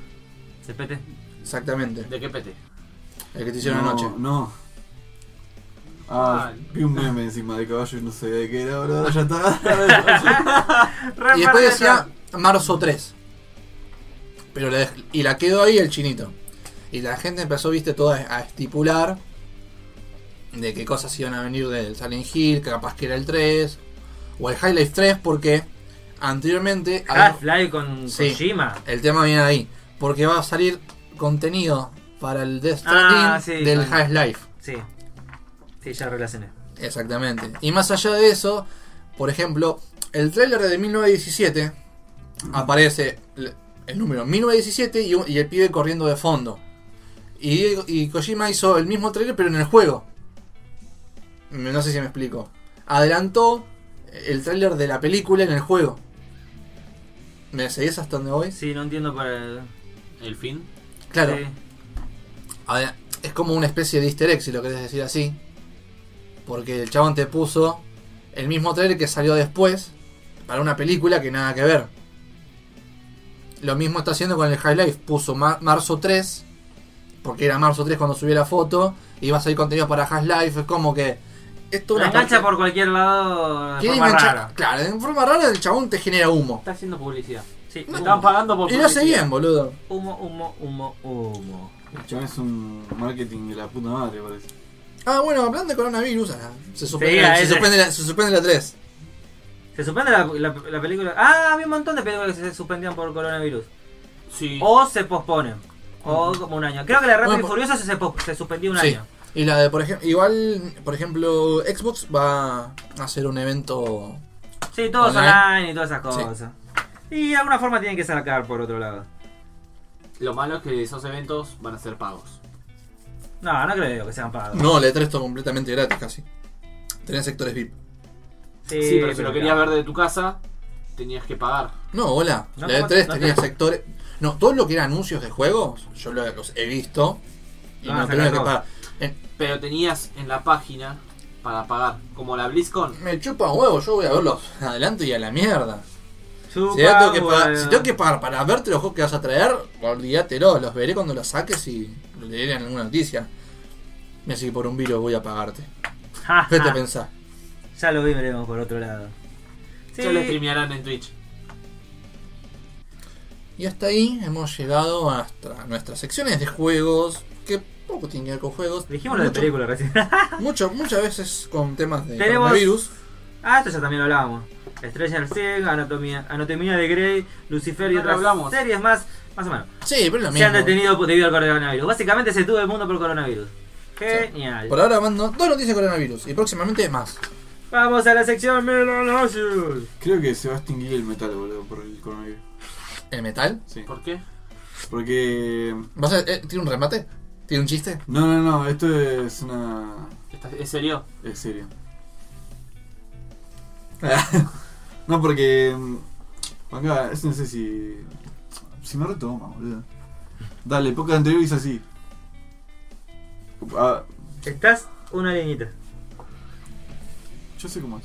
Se pete.
Exactamente.
¿De qué pete?
El que te hicieron
no,
anoche.
No. Ah,
Ay.
vi un meme encima de caballo y no sabía de qué era, boludo. ahora Ya está.
Y después decía marzo 3. Pero la dej- y la quedó ahí el chinito. Y la gente empezó, viste, todo a, a estipular de qué cosas iban a venir del Silent Hill, que capaz que era el 3, o el High Life 3, porque anteriormente había-
Half-Life con
Sí.
Kojima.
el tema viene ahí, porque va a salir contenido para el Death
Ah,
Stranding
sí,
del
claro.
High Life.
Sí. Sí, ya relacioné.
Exactamente. Y más allá de eso, por ejemplo, el tráiler de 1917 aparece l- el número 1917 y, un- y el pibe corriendo de fondo. Y, y Kojima hizo el mismo tráiler pero en el juego. Mm, No sé si me explico. Adelantó el tráiler de la película en el juego. ¿Me seguís hasta donde voy?
Sí, no entiendo para el...
¿El fin?
Claro.
Sí.
A ver, es como una especie de easter egg, si lo querés decir así. Porque el chabón te puso el mismo trailer que salió después para una película que nada que ver. Lo mismo está haciendo con el High Life. Puso ma- marzo 3, porque era marzo 3 cuando subí la foto, y va a salir contenido para High Life. Es como que. Esto
La engancha por cualquier lado de forma rara.
Claro, de forma rara el chabón te genera humo.
Está haciendo publicidad.
Sí,
Me
humo,
están pagando por
Y lo hace
publicidad.
bien, boludo.
humo, humo, humo, humo.
El chaval es un marketing de la puta madre, parece.
Ah, bueno, hablando de coronavirus, ah, se suspende,
Sí, a
se
ese.
suspende la, se suspende la 3.
Se suspende la, la- la película. Ah, había un montón de películas que se suspendían por coronavirus.
Sí.
Oh.
O se posponen. O como un año. Creo que la de Rápido
Bueno,
y Furioso se, se pos- se suspendió un
Sí.
año.
Y la de, por ejemplo, igual, por ejemplo, Xbox va a hacer un evento.
Sí, todos
Online.
online, y todas esas
Sí.
cosas. Y de alguna forma tienen que sacar por otro lado.
Lo malo es que esos eventos van a ser pagos.
No, no creo que sean pagados.
No, la E3 está completamente gratis casi. Tenés sectores VIP.
Sí,
Sí, pero si lo querías
claro.
ver desde tu casa, tenías que pagar.
No, hola.
No,
la
no,
E3
no
tenía
te-
sectores. No, todo lo que era anuncios de juegos, yo lo- los he visto. Y
Ah,
no
saca
tenía que
todo.
pagar.
Pero tenías en la página para pagar. Como la BlizzCon.
Me chupa huevo, yo voy a verlos adelante y a la mierda.
Chupa,
Si tengo, que pagar,
boludo.
si tengo que pagar para verte los juegos que vas a traer, olvídatelo, los veré cuando los saques y le diré en alguna noticia. Mira, si por un virus voy a pagarte.
Ja,
¿Qué te
ja.
pensás?
Ya lo vi, veremos por otro lado. Sí,
Ya lo streamearán en Twitch.
Y hasta ahí hemos llegado hasta nuestras secciones de juegos, que poco tienen que ver con juegos.
dijimos lo de
Mucho-
película recién.
mucho- muchas veces con temas de
Tenemos-
coronavirus.
ah, esto ya también lo hablábamos. Stranger Things, Anatomía, Anatomía de Grey, Lucifer y
No lo
otras
hablamos.
series más, más o menos.
Sí, pero es lo
Se han
mismo.
detenido debido al coronavirus. Básicamente se tuvo el mundo por coronavirus. Genial.
Por ahora mando dos noticias de coronavirus y próximamente más.
Vamos a la sección Melonosius.
Creo que se va a extinguir el metal, boludo, por el coronavirus.
¿El metal?
Sí.
¿Por qué?
Porque.
¿Vas a- eh, ¿Tiene un remate? ¿Tiene un chiste?
No, no, no, esto es una.
Esta- ¿Es serio?
Es serio. no, porque. mm, Acá, eso no sé si. Si me retoma, boludo. Dale, época anterior hice así. Ah,
Estás una leñita.
yo sé cómo es.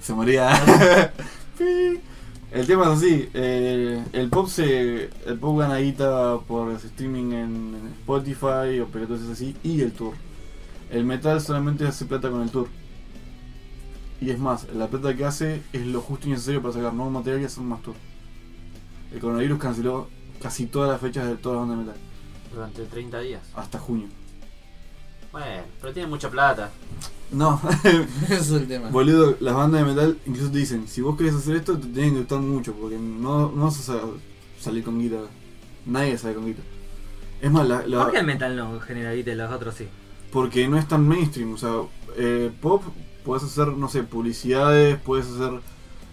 se moría. Pi. el tema es así: eh, el pop se. El pop gana guita por streaming en, en Spotify o pelotas así y el tour. El metal solamente hace plata con el tour. Y es más, la plata que hace es lo justo y necesario para sacar nuevo material y hacer más tour. El coronavirus canceló casi todas las fechas de todas las bandas de metal,
Durante 30 días.
hasta junio.
Bueno, pero tiene mucha plata.
No,
Ese es el tema.
Boludo, las bandas de metal incluso te dicen, si vos querés hacer esto, te tienen que gustar mucho, porque no, no vas a sa- salir con guita. Nadie sale con guita. Es más, la, la-
¿Por qué el metal no genera guita y los otros sí?
porque no es tan mainstream, o sea, eh, pop, puedes hacer, no sé, publicidades, puedes hacer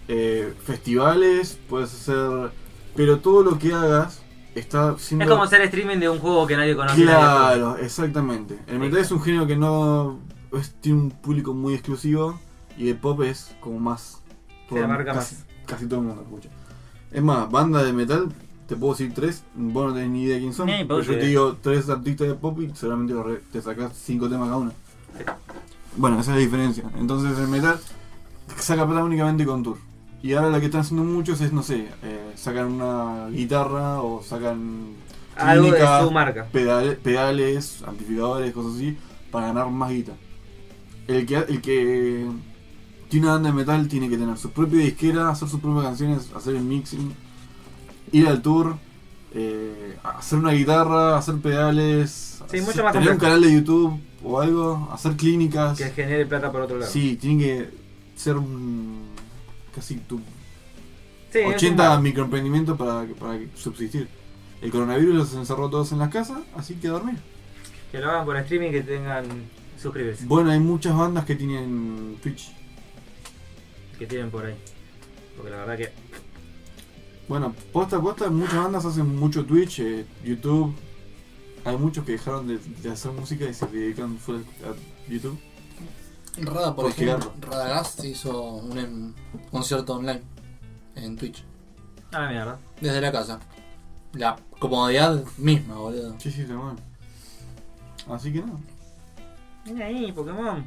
eh, festivales, puedes hacer... Pero todo lo que hagas está siendo...
Es como hacer streaming de un juego que nadie conoce. nadie
Claro, exactamente. El metal es un género que no es- tiene un público muy exclusivo y el pop es como más.
Se abarca
casi, casi todo el mundo escucha. Es más, bandas de metal, te puedo decir tres, vos no tenés ni idea quién son.
Ni
pero yo
puta
te
idea.
digo tres artistas de pop y seguramente los re- te sacás cinco temas cada uno.
Sí.
Bueno, esa es la diferencia. Entonces el metal saca plata únicamente con tour. Y ahora lo que están haciendo muchos es, no sé, eh, sacan una guitarra o sacan
conoce. Algo
clínica,
de su marca.
pedale- pedales, amplificadores, cosas así, para ganar más guita. El que, el que tiene una banda de metal tiene que tener su propia disquera, hacer sus propias canciones, hacer el mixing, ir al tour, eh, hacer una guitarra, hacer pedales,
Sí, mucho
hacer-
más
tener un
complejo.
canal de YouTube o algo, hacer clínicas.
Que genere plata por otro lado.
Sí, tiene que ser un, casi tu
Sí, es un
80
mar-
microemprendimientos para, para subsistir. El coronavirus los encerró todos en las casas, así que a dormir.
Que lo hagan por streaming que tengan suscribirse.
Bueno, hay muchas bandas que tienen Twitch.
Que tienen por ahí. Porque la verdad que.
Bueno, posta a posta, muchas bandas hacen mucho Twitch, eh, YouTube. Hay muchos que dejaron de, de hacer música y se dedican full a YouTube.
Rada, por
Por
ejemplo,
girarlo.
Radagast hizo un em- concierto online en Twitch,
A la mierda.
desde la casa. La comodidad misma, boludo.
Sí, sí, hermano. Así que nada,
Mira ahí, Pokémon.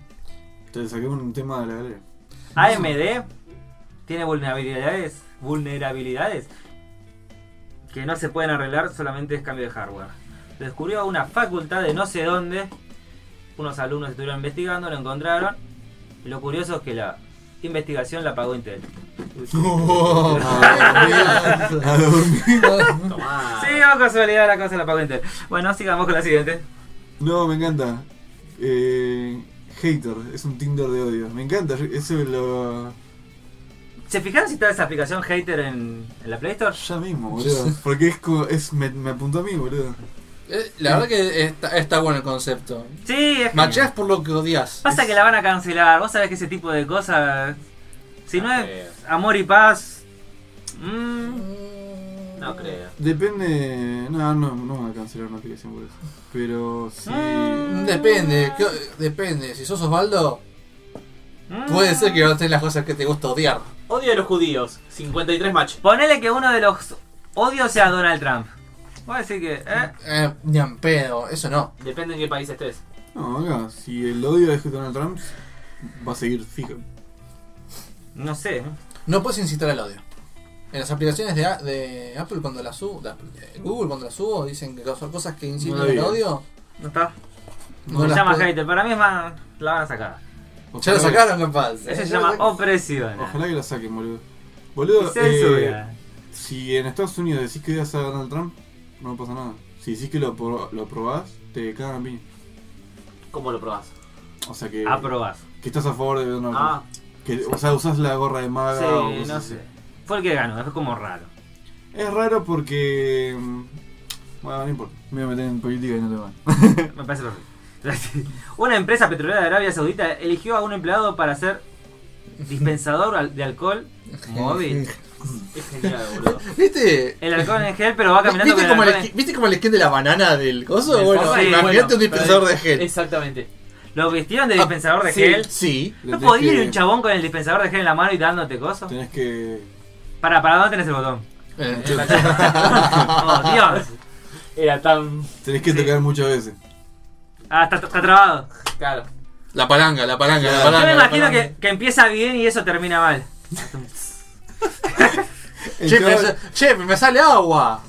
te saqué un tema de la galera.
AMD tiene vulnerabilidades. Vulnerabilidades. Que no se pueden arreglar, solamente es cambio de hardware. Lo descubrió una facultad de no sé dónde. Unos alumnos estuvieron investigando, lo encontraron. Lo curioso es que la investigación la pagó Intel.
A dormir.
Tomá.
Sí, oh, casualidad, la cosa la pagó Intel. Bueno, sigamos con la siguiente.
No, me encanta. Eh, hater, es un Tinder de odio. Me encanta, yo- eso lo.
¿Se fijaron si está esa aplicación hater en, en la Play Store?
Ya mismo, boludo. Porque es como. Es, me, me apuntó a mí, boludo.
Eh, La verdad que está, está bueno el concepto.
Sí, es
Macheas
genial.
por lo que odias.
Pasa que la van a cancelar. Vos sabés que ese tipo de cosas. Si no es amor y paz. mm,
No creo.
Depende. No, no, no van a cancelar una aplicación por eso. Pero sí.
Ah.
Mm.
Depende, ¿qué- depende. Si sos Osvaldo,
mm.
puede ser que vas a tener las cosas que te gusta odiar.
Odio a los judíos. 53 match.
Ponele que uno de los odios sea Donald Trump. Voy a decir que. eh,
Eh, ni en pedo, eso no.
Depende en qué país estés.
No, acá, si el odio es Donald Trump, va a seguir fijo.
no sé.
No puedes incitar al odio. En las aplicaciones de, A- de Apple cuando las subo, de, Apple, de Google cuando las subo, dicen que son cosas que incitan
No
al
digas.
odio.
No está.
No
se
las
llama
puedo-
hater. Para mí es más. La van a sacar.
Ya lo sacaron, capaz.
Eso
Eh,
se
ya lo
llama
sacaron.
opresión.
Ojalá que la saquen, boludo.
Y
Boludo, eh,
Censura.
si en Estados Unidos decís que odias a Donald Trump, no pasa nada. Si decís que lo, apro- lo aprobás, te cagan a piña.
¿Cómo lo probás?
O sea
eh,
que,
Aprobás.
que estás a favor de Donald Trump.
Ah,
Que, O sea, usás la gorra de
ah,
maga. o
sí,
cosas
no
así.
sé.
Fue el que ganó, es como raro.
Es raro porque. mm, Bueno, no importa. Me voy a meter en política y no te van.
Me parece perfecto. Una empresa petrolera de Arabia Saudita eligió a un empleado para ser dispensador al- de alcohol móvil.
es genial, boludo.
¿Viste?
El alcohol en gel, pero va caminando
¿Viste
con
como,
el
el,
alcohol
esqui- ¿Viste como el skin de la banana del coso?
Del
bueno,
coso, sí,
imagínate
bueno,
un dispensador de
pero-
gel.
Exactamente.
en- Lo vistieron de dispensador de
sí.
gel.
Ah, Sí.
¿No
Tenés
podía ir
que-
un chabón con el dispensador de gel en la mano y dándote cosas?
Tenés que.
Para, para dónde tenés el botón.
Eh,
Oh, Dios.
Era tan.
Tenés que tocar muchas veces.
Ah, está, está trabado.
Claro.
la palanga, la palanga, la
Yo
palanga.
me
la
imagino
palanga.
que, que empieza bien y eso termina mal.
El
Che, me,
chabón-
sa- che, me sale agua.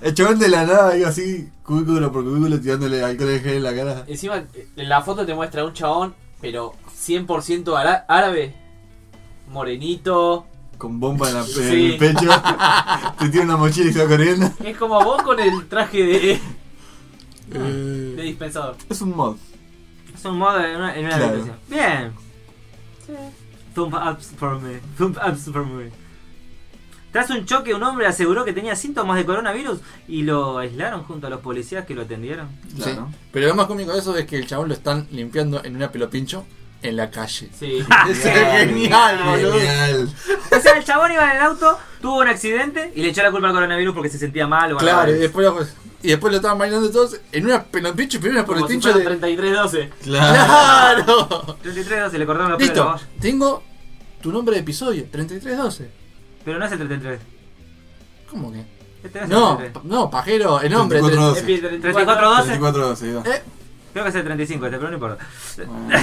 El chabón de la nada iba así, cubículo por cubículo, tirándole alcohol en gel en la cara.
Encima, en la foto te muestra un chabón, pero 100% ara- árabe. Morenito.
Con bomba en, la- en
Sí.
el pecho. Te tira una mochila y se va corriendo.
Es como vos con el traje de, de
Eh,
dispensador.
es un mod.
Es un modo en una, en una
Claro.
habitación. Bien. Thumb ups for me. Thumb ups for me. Tras un choque, un hombre aseguró que tenía síntomas de coronavirus y lo aislaron junto a los policías que lo atendieron.
Claro.
Sí. Pero lo más cómico de eso es que el chabón lo están limpiando en una pelopincho en la calle.
Sí.
Es genial, boludo.
Genial.
O sea, el chabón iba en el auto, tuvo un accidente y le echó la culpa al coronavirus porque se sentía mal o algo
Claro, eh. y
así.
después, lo, y después lo estaban bailando todos en una pelopincho, pero una
Como si
pelopincho
fueran
de...
33-12.
Claro.
¡Claro!
33 se le cortaron los pelos. a la
Listo,
olla.
tengo tu nombre de episodio, 3312.
Pero no es el 33.
¿Cómo que?
Este no es
No,
el 33.
no, pajero, el nombre.
3412.
Epi 34-12.
34-12.
34 12, ahí va.
Eh,
Creo que es el 35 este, pero no importa.
Bueno,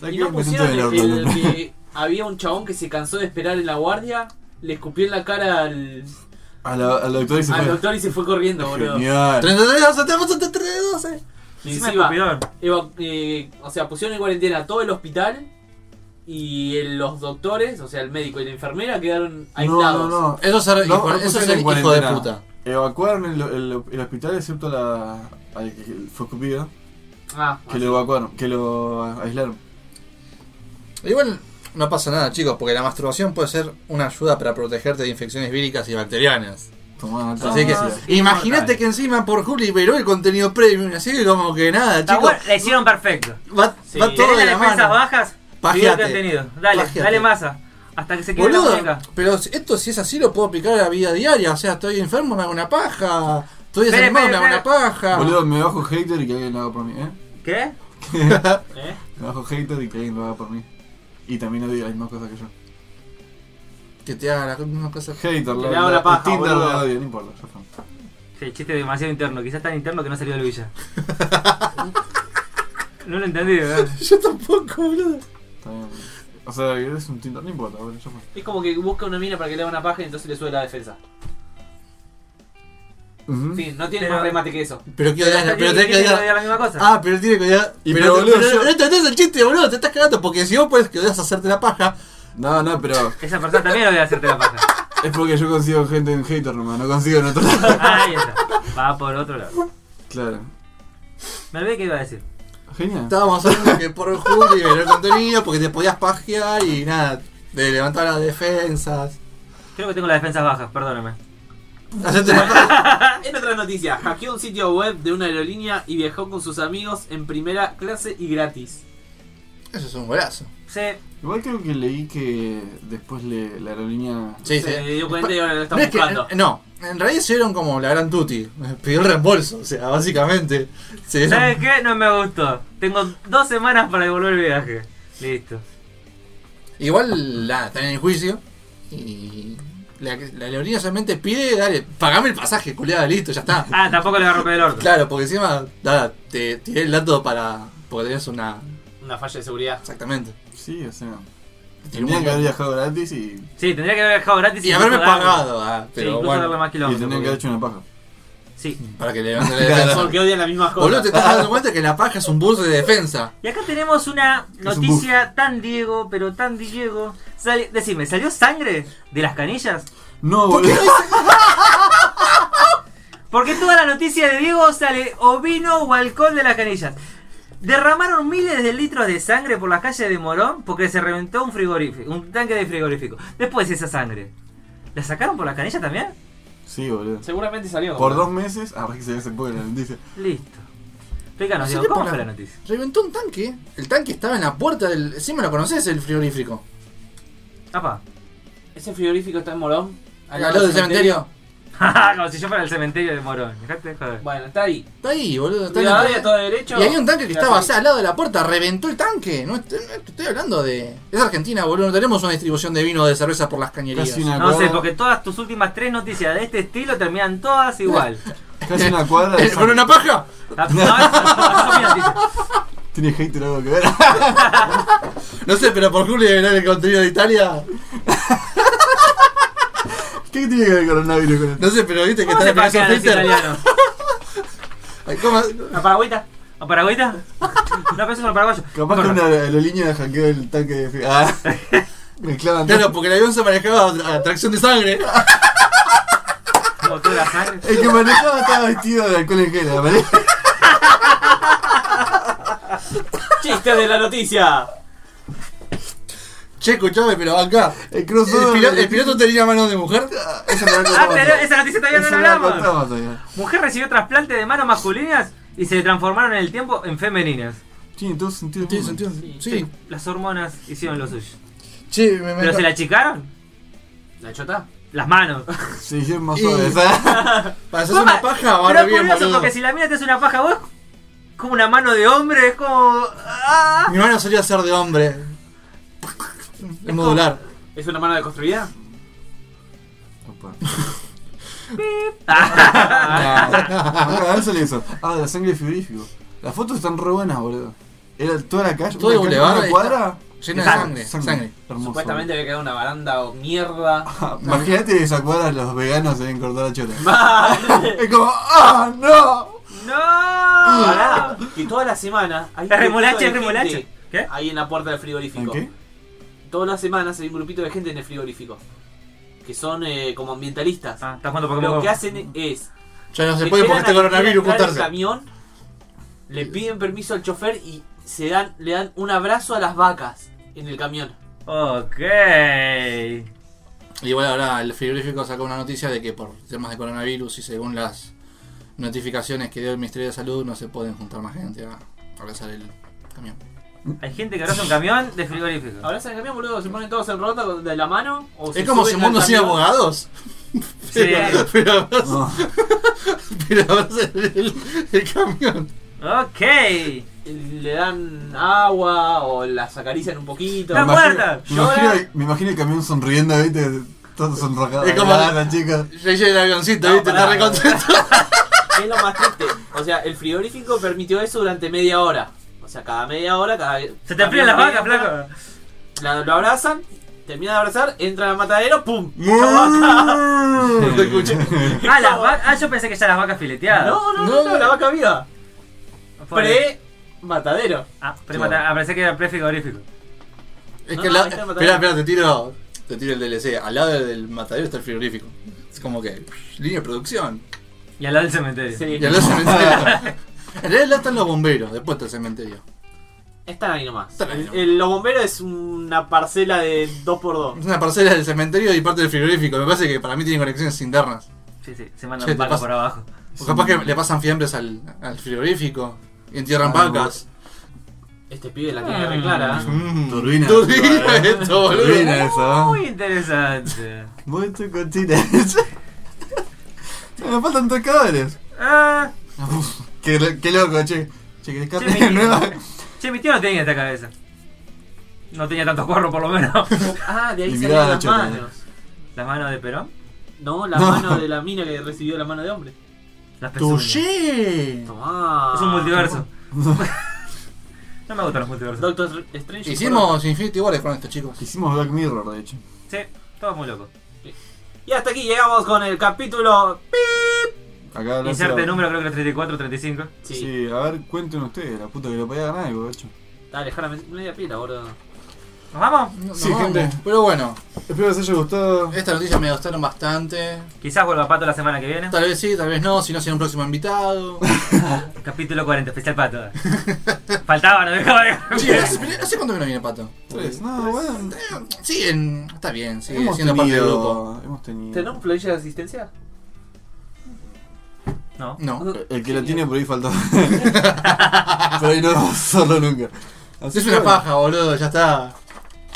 ¿sabes qué?
Y
Me
no
siento
pusieron el,
en el
el
orto.
que había un chabón que se cansó de esperar en la guardia, le escupió en la cara al,
A la- Al doctor y se
al
fue.
doctor y se fue corriendo, boludo.
Genial.
3312, tenemos un 3312.
Y
Encima es
encima,
cupidón.
eva- eh, o sea, pusieron en cuarentena todo el hospital y el- los doctores, o sea, el médico y la enfermera quedaron
No,
aislados.
no, no.
Eso es ser,
No,
hijo,
no
eso es
pusieron
ser
en
hijo de
cuarentena.
puta.
Evacuaron el, el- el hospital excepto a la. al que fue escupida.
Ah,
Que lo evacuaron, que lo aislaron.
Igual no pasa nada, chicos, porque la masturbación puede ser una ayuda para protegerte de infecciones víricas y bacterianas.
Tomá, alta
Así que
Ah,
ansiedad.
sí,
imagínate
mortal.
que encima por Juli liberó el contenido premium, así que como que nada,
Está
chicos.
bueno, la hicieron perfecto.
Va,
Sí.
va todo
¿Tenés
de
las
la
defensas
mano.
bajas?
Pajeate.
Pajeate. contenido. Dale,
Pajeate.
dale masa. Hasta que se quede la
Boludo,
muñeca.
pero si- esto si es así lo puedo aplicar a la vida diaria. O sea, estoy enfermo, me hago una paja. Estoy
Espere,
desanimado, me
espere,
hago una paja.
Boludo, me bajo hater y que alguien lo haga por mí, ¿eh?
¿Qué?
¿Eh?
Me bajo hater y que alguien lo haga por mí. Y también odio las mismas cosas que yo.
Que te haga las mismas cosas.
Hater,
le hago la paja,
Tinder
boludo.
la odio, no importa, ya fue.
Sí, chiste demasiado interno. Quizás tan interno que no salió del villa. no lo entendí, ¿verdad?
Yo tampoco, boludo.
Está bien. O sea, eres un Tinder, no importa, boludo, ya fue.
Es como que busca una mina para que le haga una paja y entonces le sube la defensa.
Mm.
En fin, no tiene
Pero-
más remate que eso.
Pero que odias, la- pero tenés que
¿Quién
odiar.
odia la misma cosa.
Ah, pero tiene que odiar.
Y
pero,
pero, boludo,
pero
yo-
no entendés el chiste, boludo. Te estás cagando porque si vos puedes que odias hacerte la paja.
No, no, pero
Esa persona también odia hacerte la paja.
es porque yo consigo gente en hater nomás, no consigo en otro lado.
Ah, ahí está. Va por otro lado.
Claro.
Me olvidé que iba a decir.
Genial.
Estábamos hablando que por Juli liberó el contenido porque te podías pajear y nada. De levantar las defensas.
Creo que tengo las defensas bajas, perdóname.
Hacete la-
En Ah, otra noticia, hackeó un sitio web de una aerolínea y viajó con sus amigos en primera clase y gratis.
Eso es un golazo.
Sí,
Igual creo que leí que después le- la aerolínea.
Sí, sí.
Se dio cuenta y ahora lo
No,
están
es que-
buscando.
no, en realidad se dieron como la gran tuti. Pidió el reembolso, o sea, básicamente. Se dieron-
¿sabes qué? No me gustó. Tengo dos semanas para devolver el viaje. Listo.
Igual nada, están en el juicio. Y la, la aerolínea solamente pide, dale, pagame el pasaje, culiada, listo, ya está.
Ah, tampoco le va a romper el orto.
Claro, porque encima, nada, te tiré el dato para. Porque tenías una.
Una falla de seguridad.
Exactamente.
Sí, o sea.
Te tiré un
Tenían que haber
montón.
viajado gratis y.
Sí, tendría que haber viajado gratis
Y haberme
incluso darle-
pagado, ah,
Sí,
pero
incluso darle
bueno,
más
Y
kilómetros.
tenían que haber
porque-
hecho una paja.
Sí.
Mm.
para que le manden el
Porque odian las mismas
Boludo, te
cosas.
estás dando cuenta que la paja es un burro de defensa.
Y acá tenemos una
Es un
noticia tan Diego, pero tan Diego. Sale- Decime, ¿salió sangre de las canillas?
No, boludo.
Porque toda la noticia de Diego sale o vino o alcohol de las canillas. Derramaron miles de litros de sangre por las calles de Morón porque se reventó un frigorífico, un tanque de frigorífico. Después esa sangre. ¿La sacaron por las canillas también?
Sí, boludo.
Seguramente salió.
Por dos meses, a ver que se se puede la noticia.
Listo. Explícanos,
Sí,
Diego,
le
¿cómo
pongo
fue
la-
la noticia?
Reventó un tanque. El tanque estaba en la puerta del. Encima lo conoces, el frigorífico.
Apa.
Ese frigorífico está en Morón.
Al lado del cementerio.
Como si yo fuera el cementerio de Morón. Dejate de joder.
Bueno, está ahí.
Está ahí, boludo. Está en la
Cuidado,
entrada.
todo derecho.
Y había un tanque que
Y
estaba
así.
al lado de la puerta, reventó el tanque. No estoy, no estoy hablando de. Es Argentina, boludo. No tenemos una distribución de vino o de cerveza por las cañerías.
Casi una
No
cuadra.
sé, porque todas tus últimas tres noticias de este estilo terminan todas igual.
Casi una cuadra. de
Eh, ¿Con una paja?
La- no, esa- esa es mi noticia.
Tiene hater algo que ver.
No sé, pero por Julio ganar el contenido de Italia.
¿Qué tiene que ver el coronavirus con esto?
No sé, pero viste que
¿Cómo
está
se
en
pasean
el
los
Twitter.
italianos?
Ay, ¿cómo?
La paragüita.
¿A Paraguayita? No, pensé en el paraguayo.
Capaz que
Bueno,
una aerolínea hackeó el tanque de. Ah. Mezclaban todo.
Claro, porque el avión se manejaba a a tracción de sangre.
como toda la sangre.
El que manejaba estaba vestido de alcohol en gel, ¿vale?
Chistes de la noticia.
Che, escuchame, pero acá.
El
El,
crossover.
pilo- el piloto tenía mano de mujer.
Esa no la
Ah,
contamos.
pero esa noticia todavía no
Esa
la
la
hablamos.
contamos todavía.
Mujer recibió trasplante de manos masculinas y se transformaron en el tiempo en femeninas.
Tiene todo sentido.
Tiene sentido.
Sí.
Sí.
Las hormonas hicieron lo suyo.
Che, me, me
¿Pero se la achicaron?
¿La chota?
Las manos.
Se hicieron más
Y-
suaves, ¿eh?
Para hacer una paja,
Pero
barra
es
bien,
curioso
boludo.
porque si la mía te hace una paja vos, como una mano de hombre, es como. ah.
Mi mano solía ser de hombre. Es modular.
¿Es una mano de construida?
Opa.
Ah.
Ah, eso le hizo. Ah, de la sangre de frigorífico. Las fotos están re buenas, boludo. Era toda la calle.
Todo el
una calle,
boulevard
una
ahí
cuadra.
Llena de
Está-
sangre, sangre.
Hermoso.
Supuestamente había quedado una baranda o mierda.
Ah, Imagínate esa cuadra los veganos deben cortar la chota.
Mal.
Es como, ¡ah, no!
¡No!
Uh.
Pará, que toda la semana hay
La
un
remolacha,
grupito de
es remolacha.
gente
¿Qué?
Ahí en la puerta del
¿En
frigorífico.
qué?
Todas las semanas hay un grupito de gente en el frigorífico. Que son eh, como ambientalistas.
Ah, estás jugando Pokémon
Lo
Go.
que hacen es.
Ya no se puede porque
esperan a
este
que quiera
coronavirus
entrar el
juntarse.
camión, le piden permiso al chofer y se dan, le dan un abrazo a las vacas en el camión.
Ok.
Y bueno, ahora el frigorífico sacó una noticia de que por temas de coronavirus y según las notificaciones que dio el Ministerio de Salud no se pueden juntar más gente a abrazar el camión.
Hay gente que abraza un camión de frigorífico.
Abrazan el camión, boludo, se ponen todos en rota de la mano. O
Es como si
suben
el
al
mundo sin
camión.
abogados.
Sí.
Pero,
No.
pero abrazan el, el camión.
Ok.
Le dan agua o las acarician un poquito.
Está
Me
muerta.
imagino- Me imagino, me imagino el camión sonriendo, ¿viste? Todo sonrojado.
Es como-
Ah, la chica.
Ya hice el avioncito,
No,
¿viste? Está
pará.
recontento.
Es lo más triste. O sea, el frigorífico permitió eso durante media hora. O sea, cada media hora, cada.
Se te enfrían las
cada
vacas,
media
flaco.
hora, la- lo abrazan, termina de abrazar, entra al matadero, ¡pum!
Te escuché.
Ah, las vacas. Ah, yo pensé que ya las vacas fileteadas.
No, no, no, no, la vaca viva.
Pre.
Pre-matadero.
Ah, pre mata- ah, pensé que era pre frigorífico.
Es
No,
que
no,
la...
ahí está el matadero.
Espera, espera, te tiro, te tiro el DLC. Al lado del matadero está el frigorífico. Es como que pff, línea de producción.
Y al lado del cementerio.
Sí.
Y al lado del cementerio. en realidad al lado están los bomberos, después está el cementerio.
Están ahí nomás.
Están ahí nomás.
El- el- los bomberos es una parcela de 2x2.
Es una parcela del cementerio y parte del frigorífico. Me parece que para mí tiene conexiones internas.
Sí, sí, se mandan
Che, te
vacas
pasa-
por abajo.
O capaz que le pasan fiambres al, al frigorífico y entierran
Ah,
vacas.
Este pibe la
Ah.
tiene reclara.
Mm, Turbina.
Turbina esto, boludo.
Turbina esa.
Muy interesante.
Voy tu cochina. Me faltan tres cadáveres.
Ah,
Uf, qué, lo- qué loco, che. Che, que
che,
escape
mi,
de nuevo.
che, mi tío no tenía esta cabeza. No tenía tanto corro, por lo menos.
Ah, de ahí
Y
salían
mirá la
las
chota.
manos.
¿Las manos de Perón?
No, la
No.
mano de la mina que recibió la mano de hombre.
Las pezuñas.
¡Tuye!
Tomá.
Es un multiverso. No me gustan los multiversos.
Doctor Strange.
Hicimos Infinity War con estos chicos.
Hicimos Black Mirror, de hecho.
Sí, todo muy loco.
Y hasta aquí llegamos con el capítulo.
Acá la
Inserte
hace-
número, creo que es 34, 35.
Sí,
Sí. a ver, cuenten ustedes, la puta que lo podía ganar, hecho.
dale, dejala med- media pila, boludo.
¿Nos vamos?
No- no
Sí,
vamos.
gente.
Pero bueno,
Espero que les haya gustado.
estas noticias me gustaron bastante.
Quizás vuelva Pato la semana que viene.
Tal vez sí, tal vez no, si no será un próximo invitado.
Capítulo 40, especial Pato. Faltaba, no dejaba
Sí, hace, hace cuánto que no viene Pato.
Tres. No, bueno.
Sí, en- está bien, sigue
hemos
siendo parte del grupo.
tenido- Hemos tenido.
¿Tenemos planilla de asistencia?
No.
No.
El que la tiene por ahí faltaba. por ahí no vamos a usarlo nunca. Así
Es
que
una
bueno.
paja, boludo, ya está.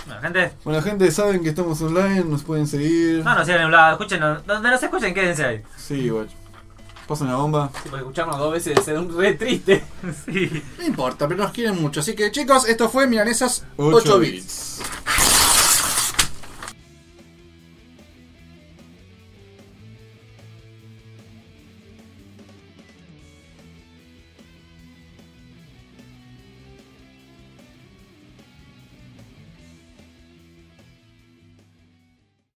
Bueno, gente,
Bueno, gente, saben que estamos online, nos pueden
Ah,
seguir.
no nos sigan en un lado. Escúchenos. Donde nos escuchen, quédense ahí.
Sí, guacho. Pasen la bomba.
Sí, porque escucharnos dos veces es un re triste.
Sí.
No importa, pero nos quieren mucho. Así que chicos, esto fue Milanesas 8
Ocho
bits.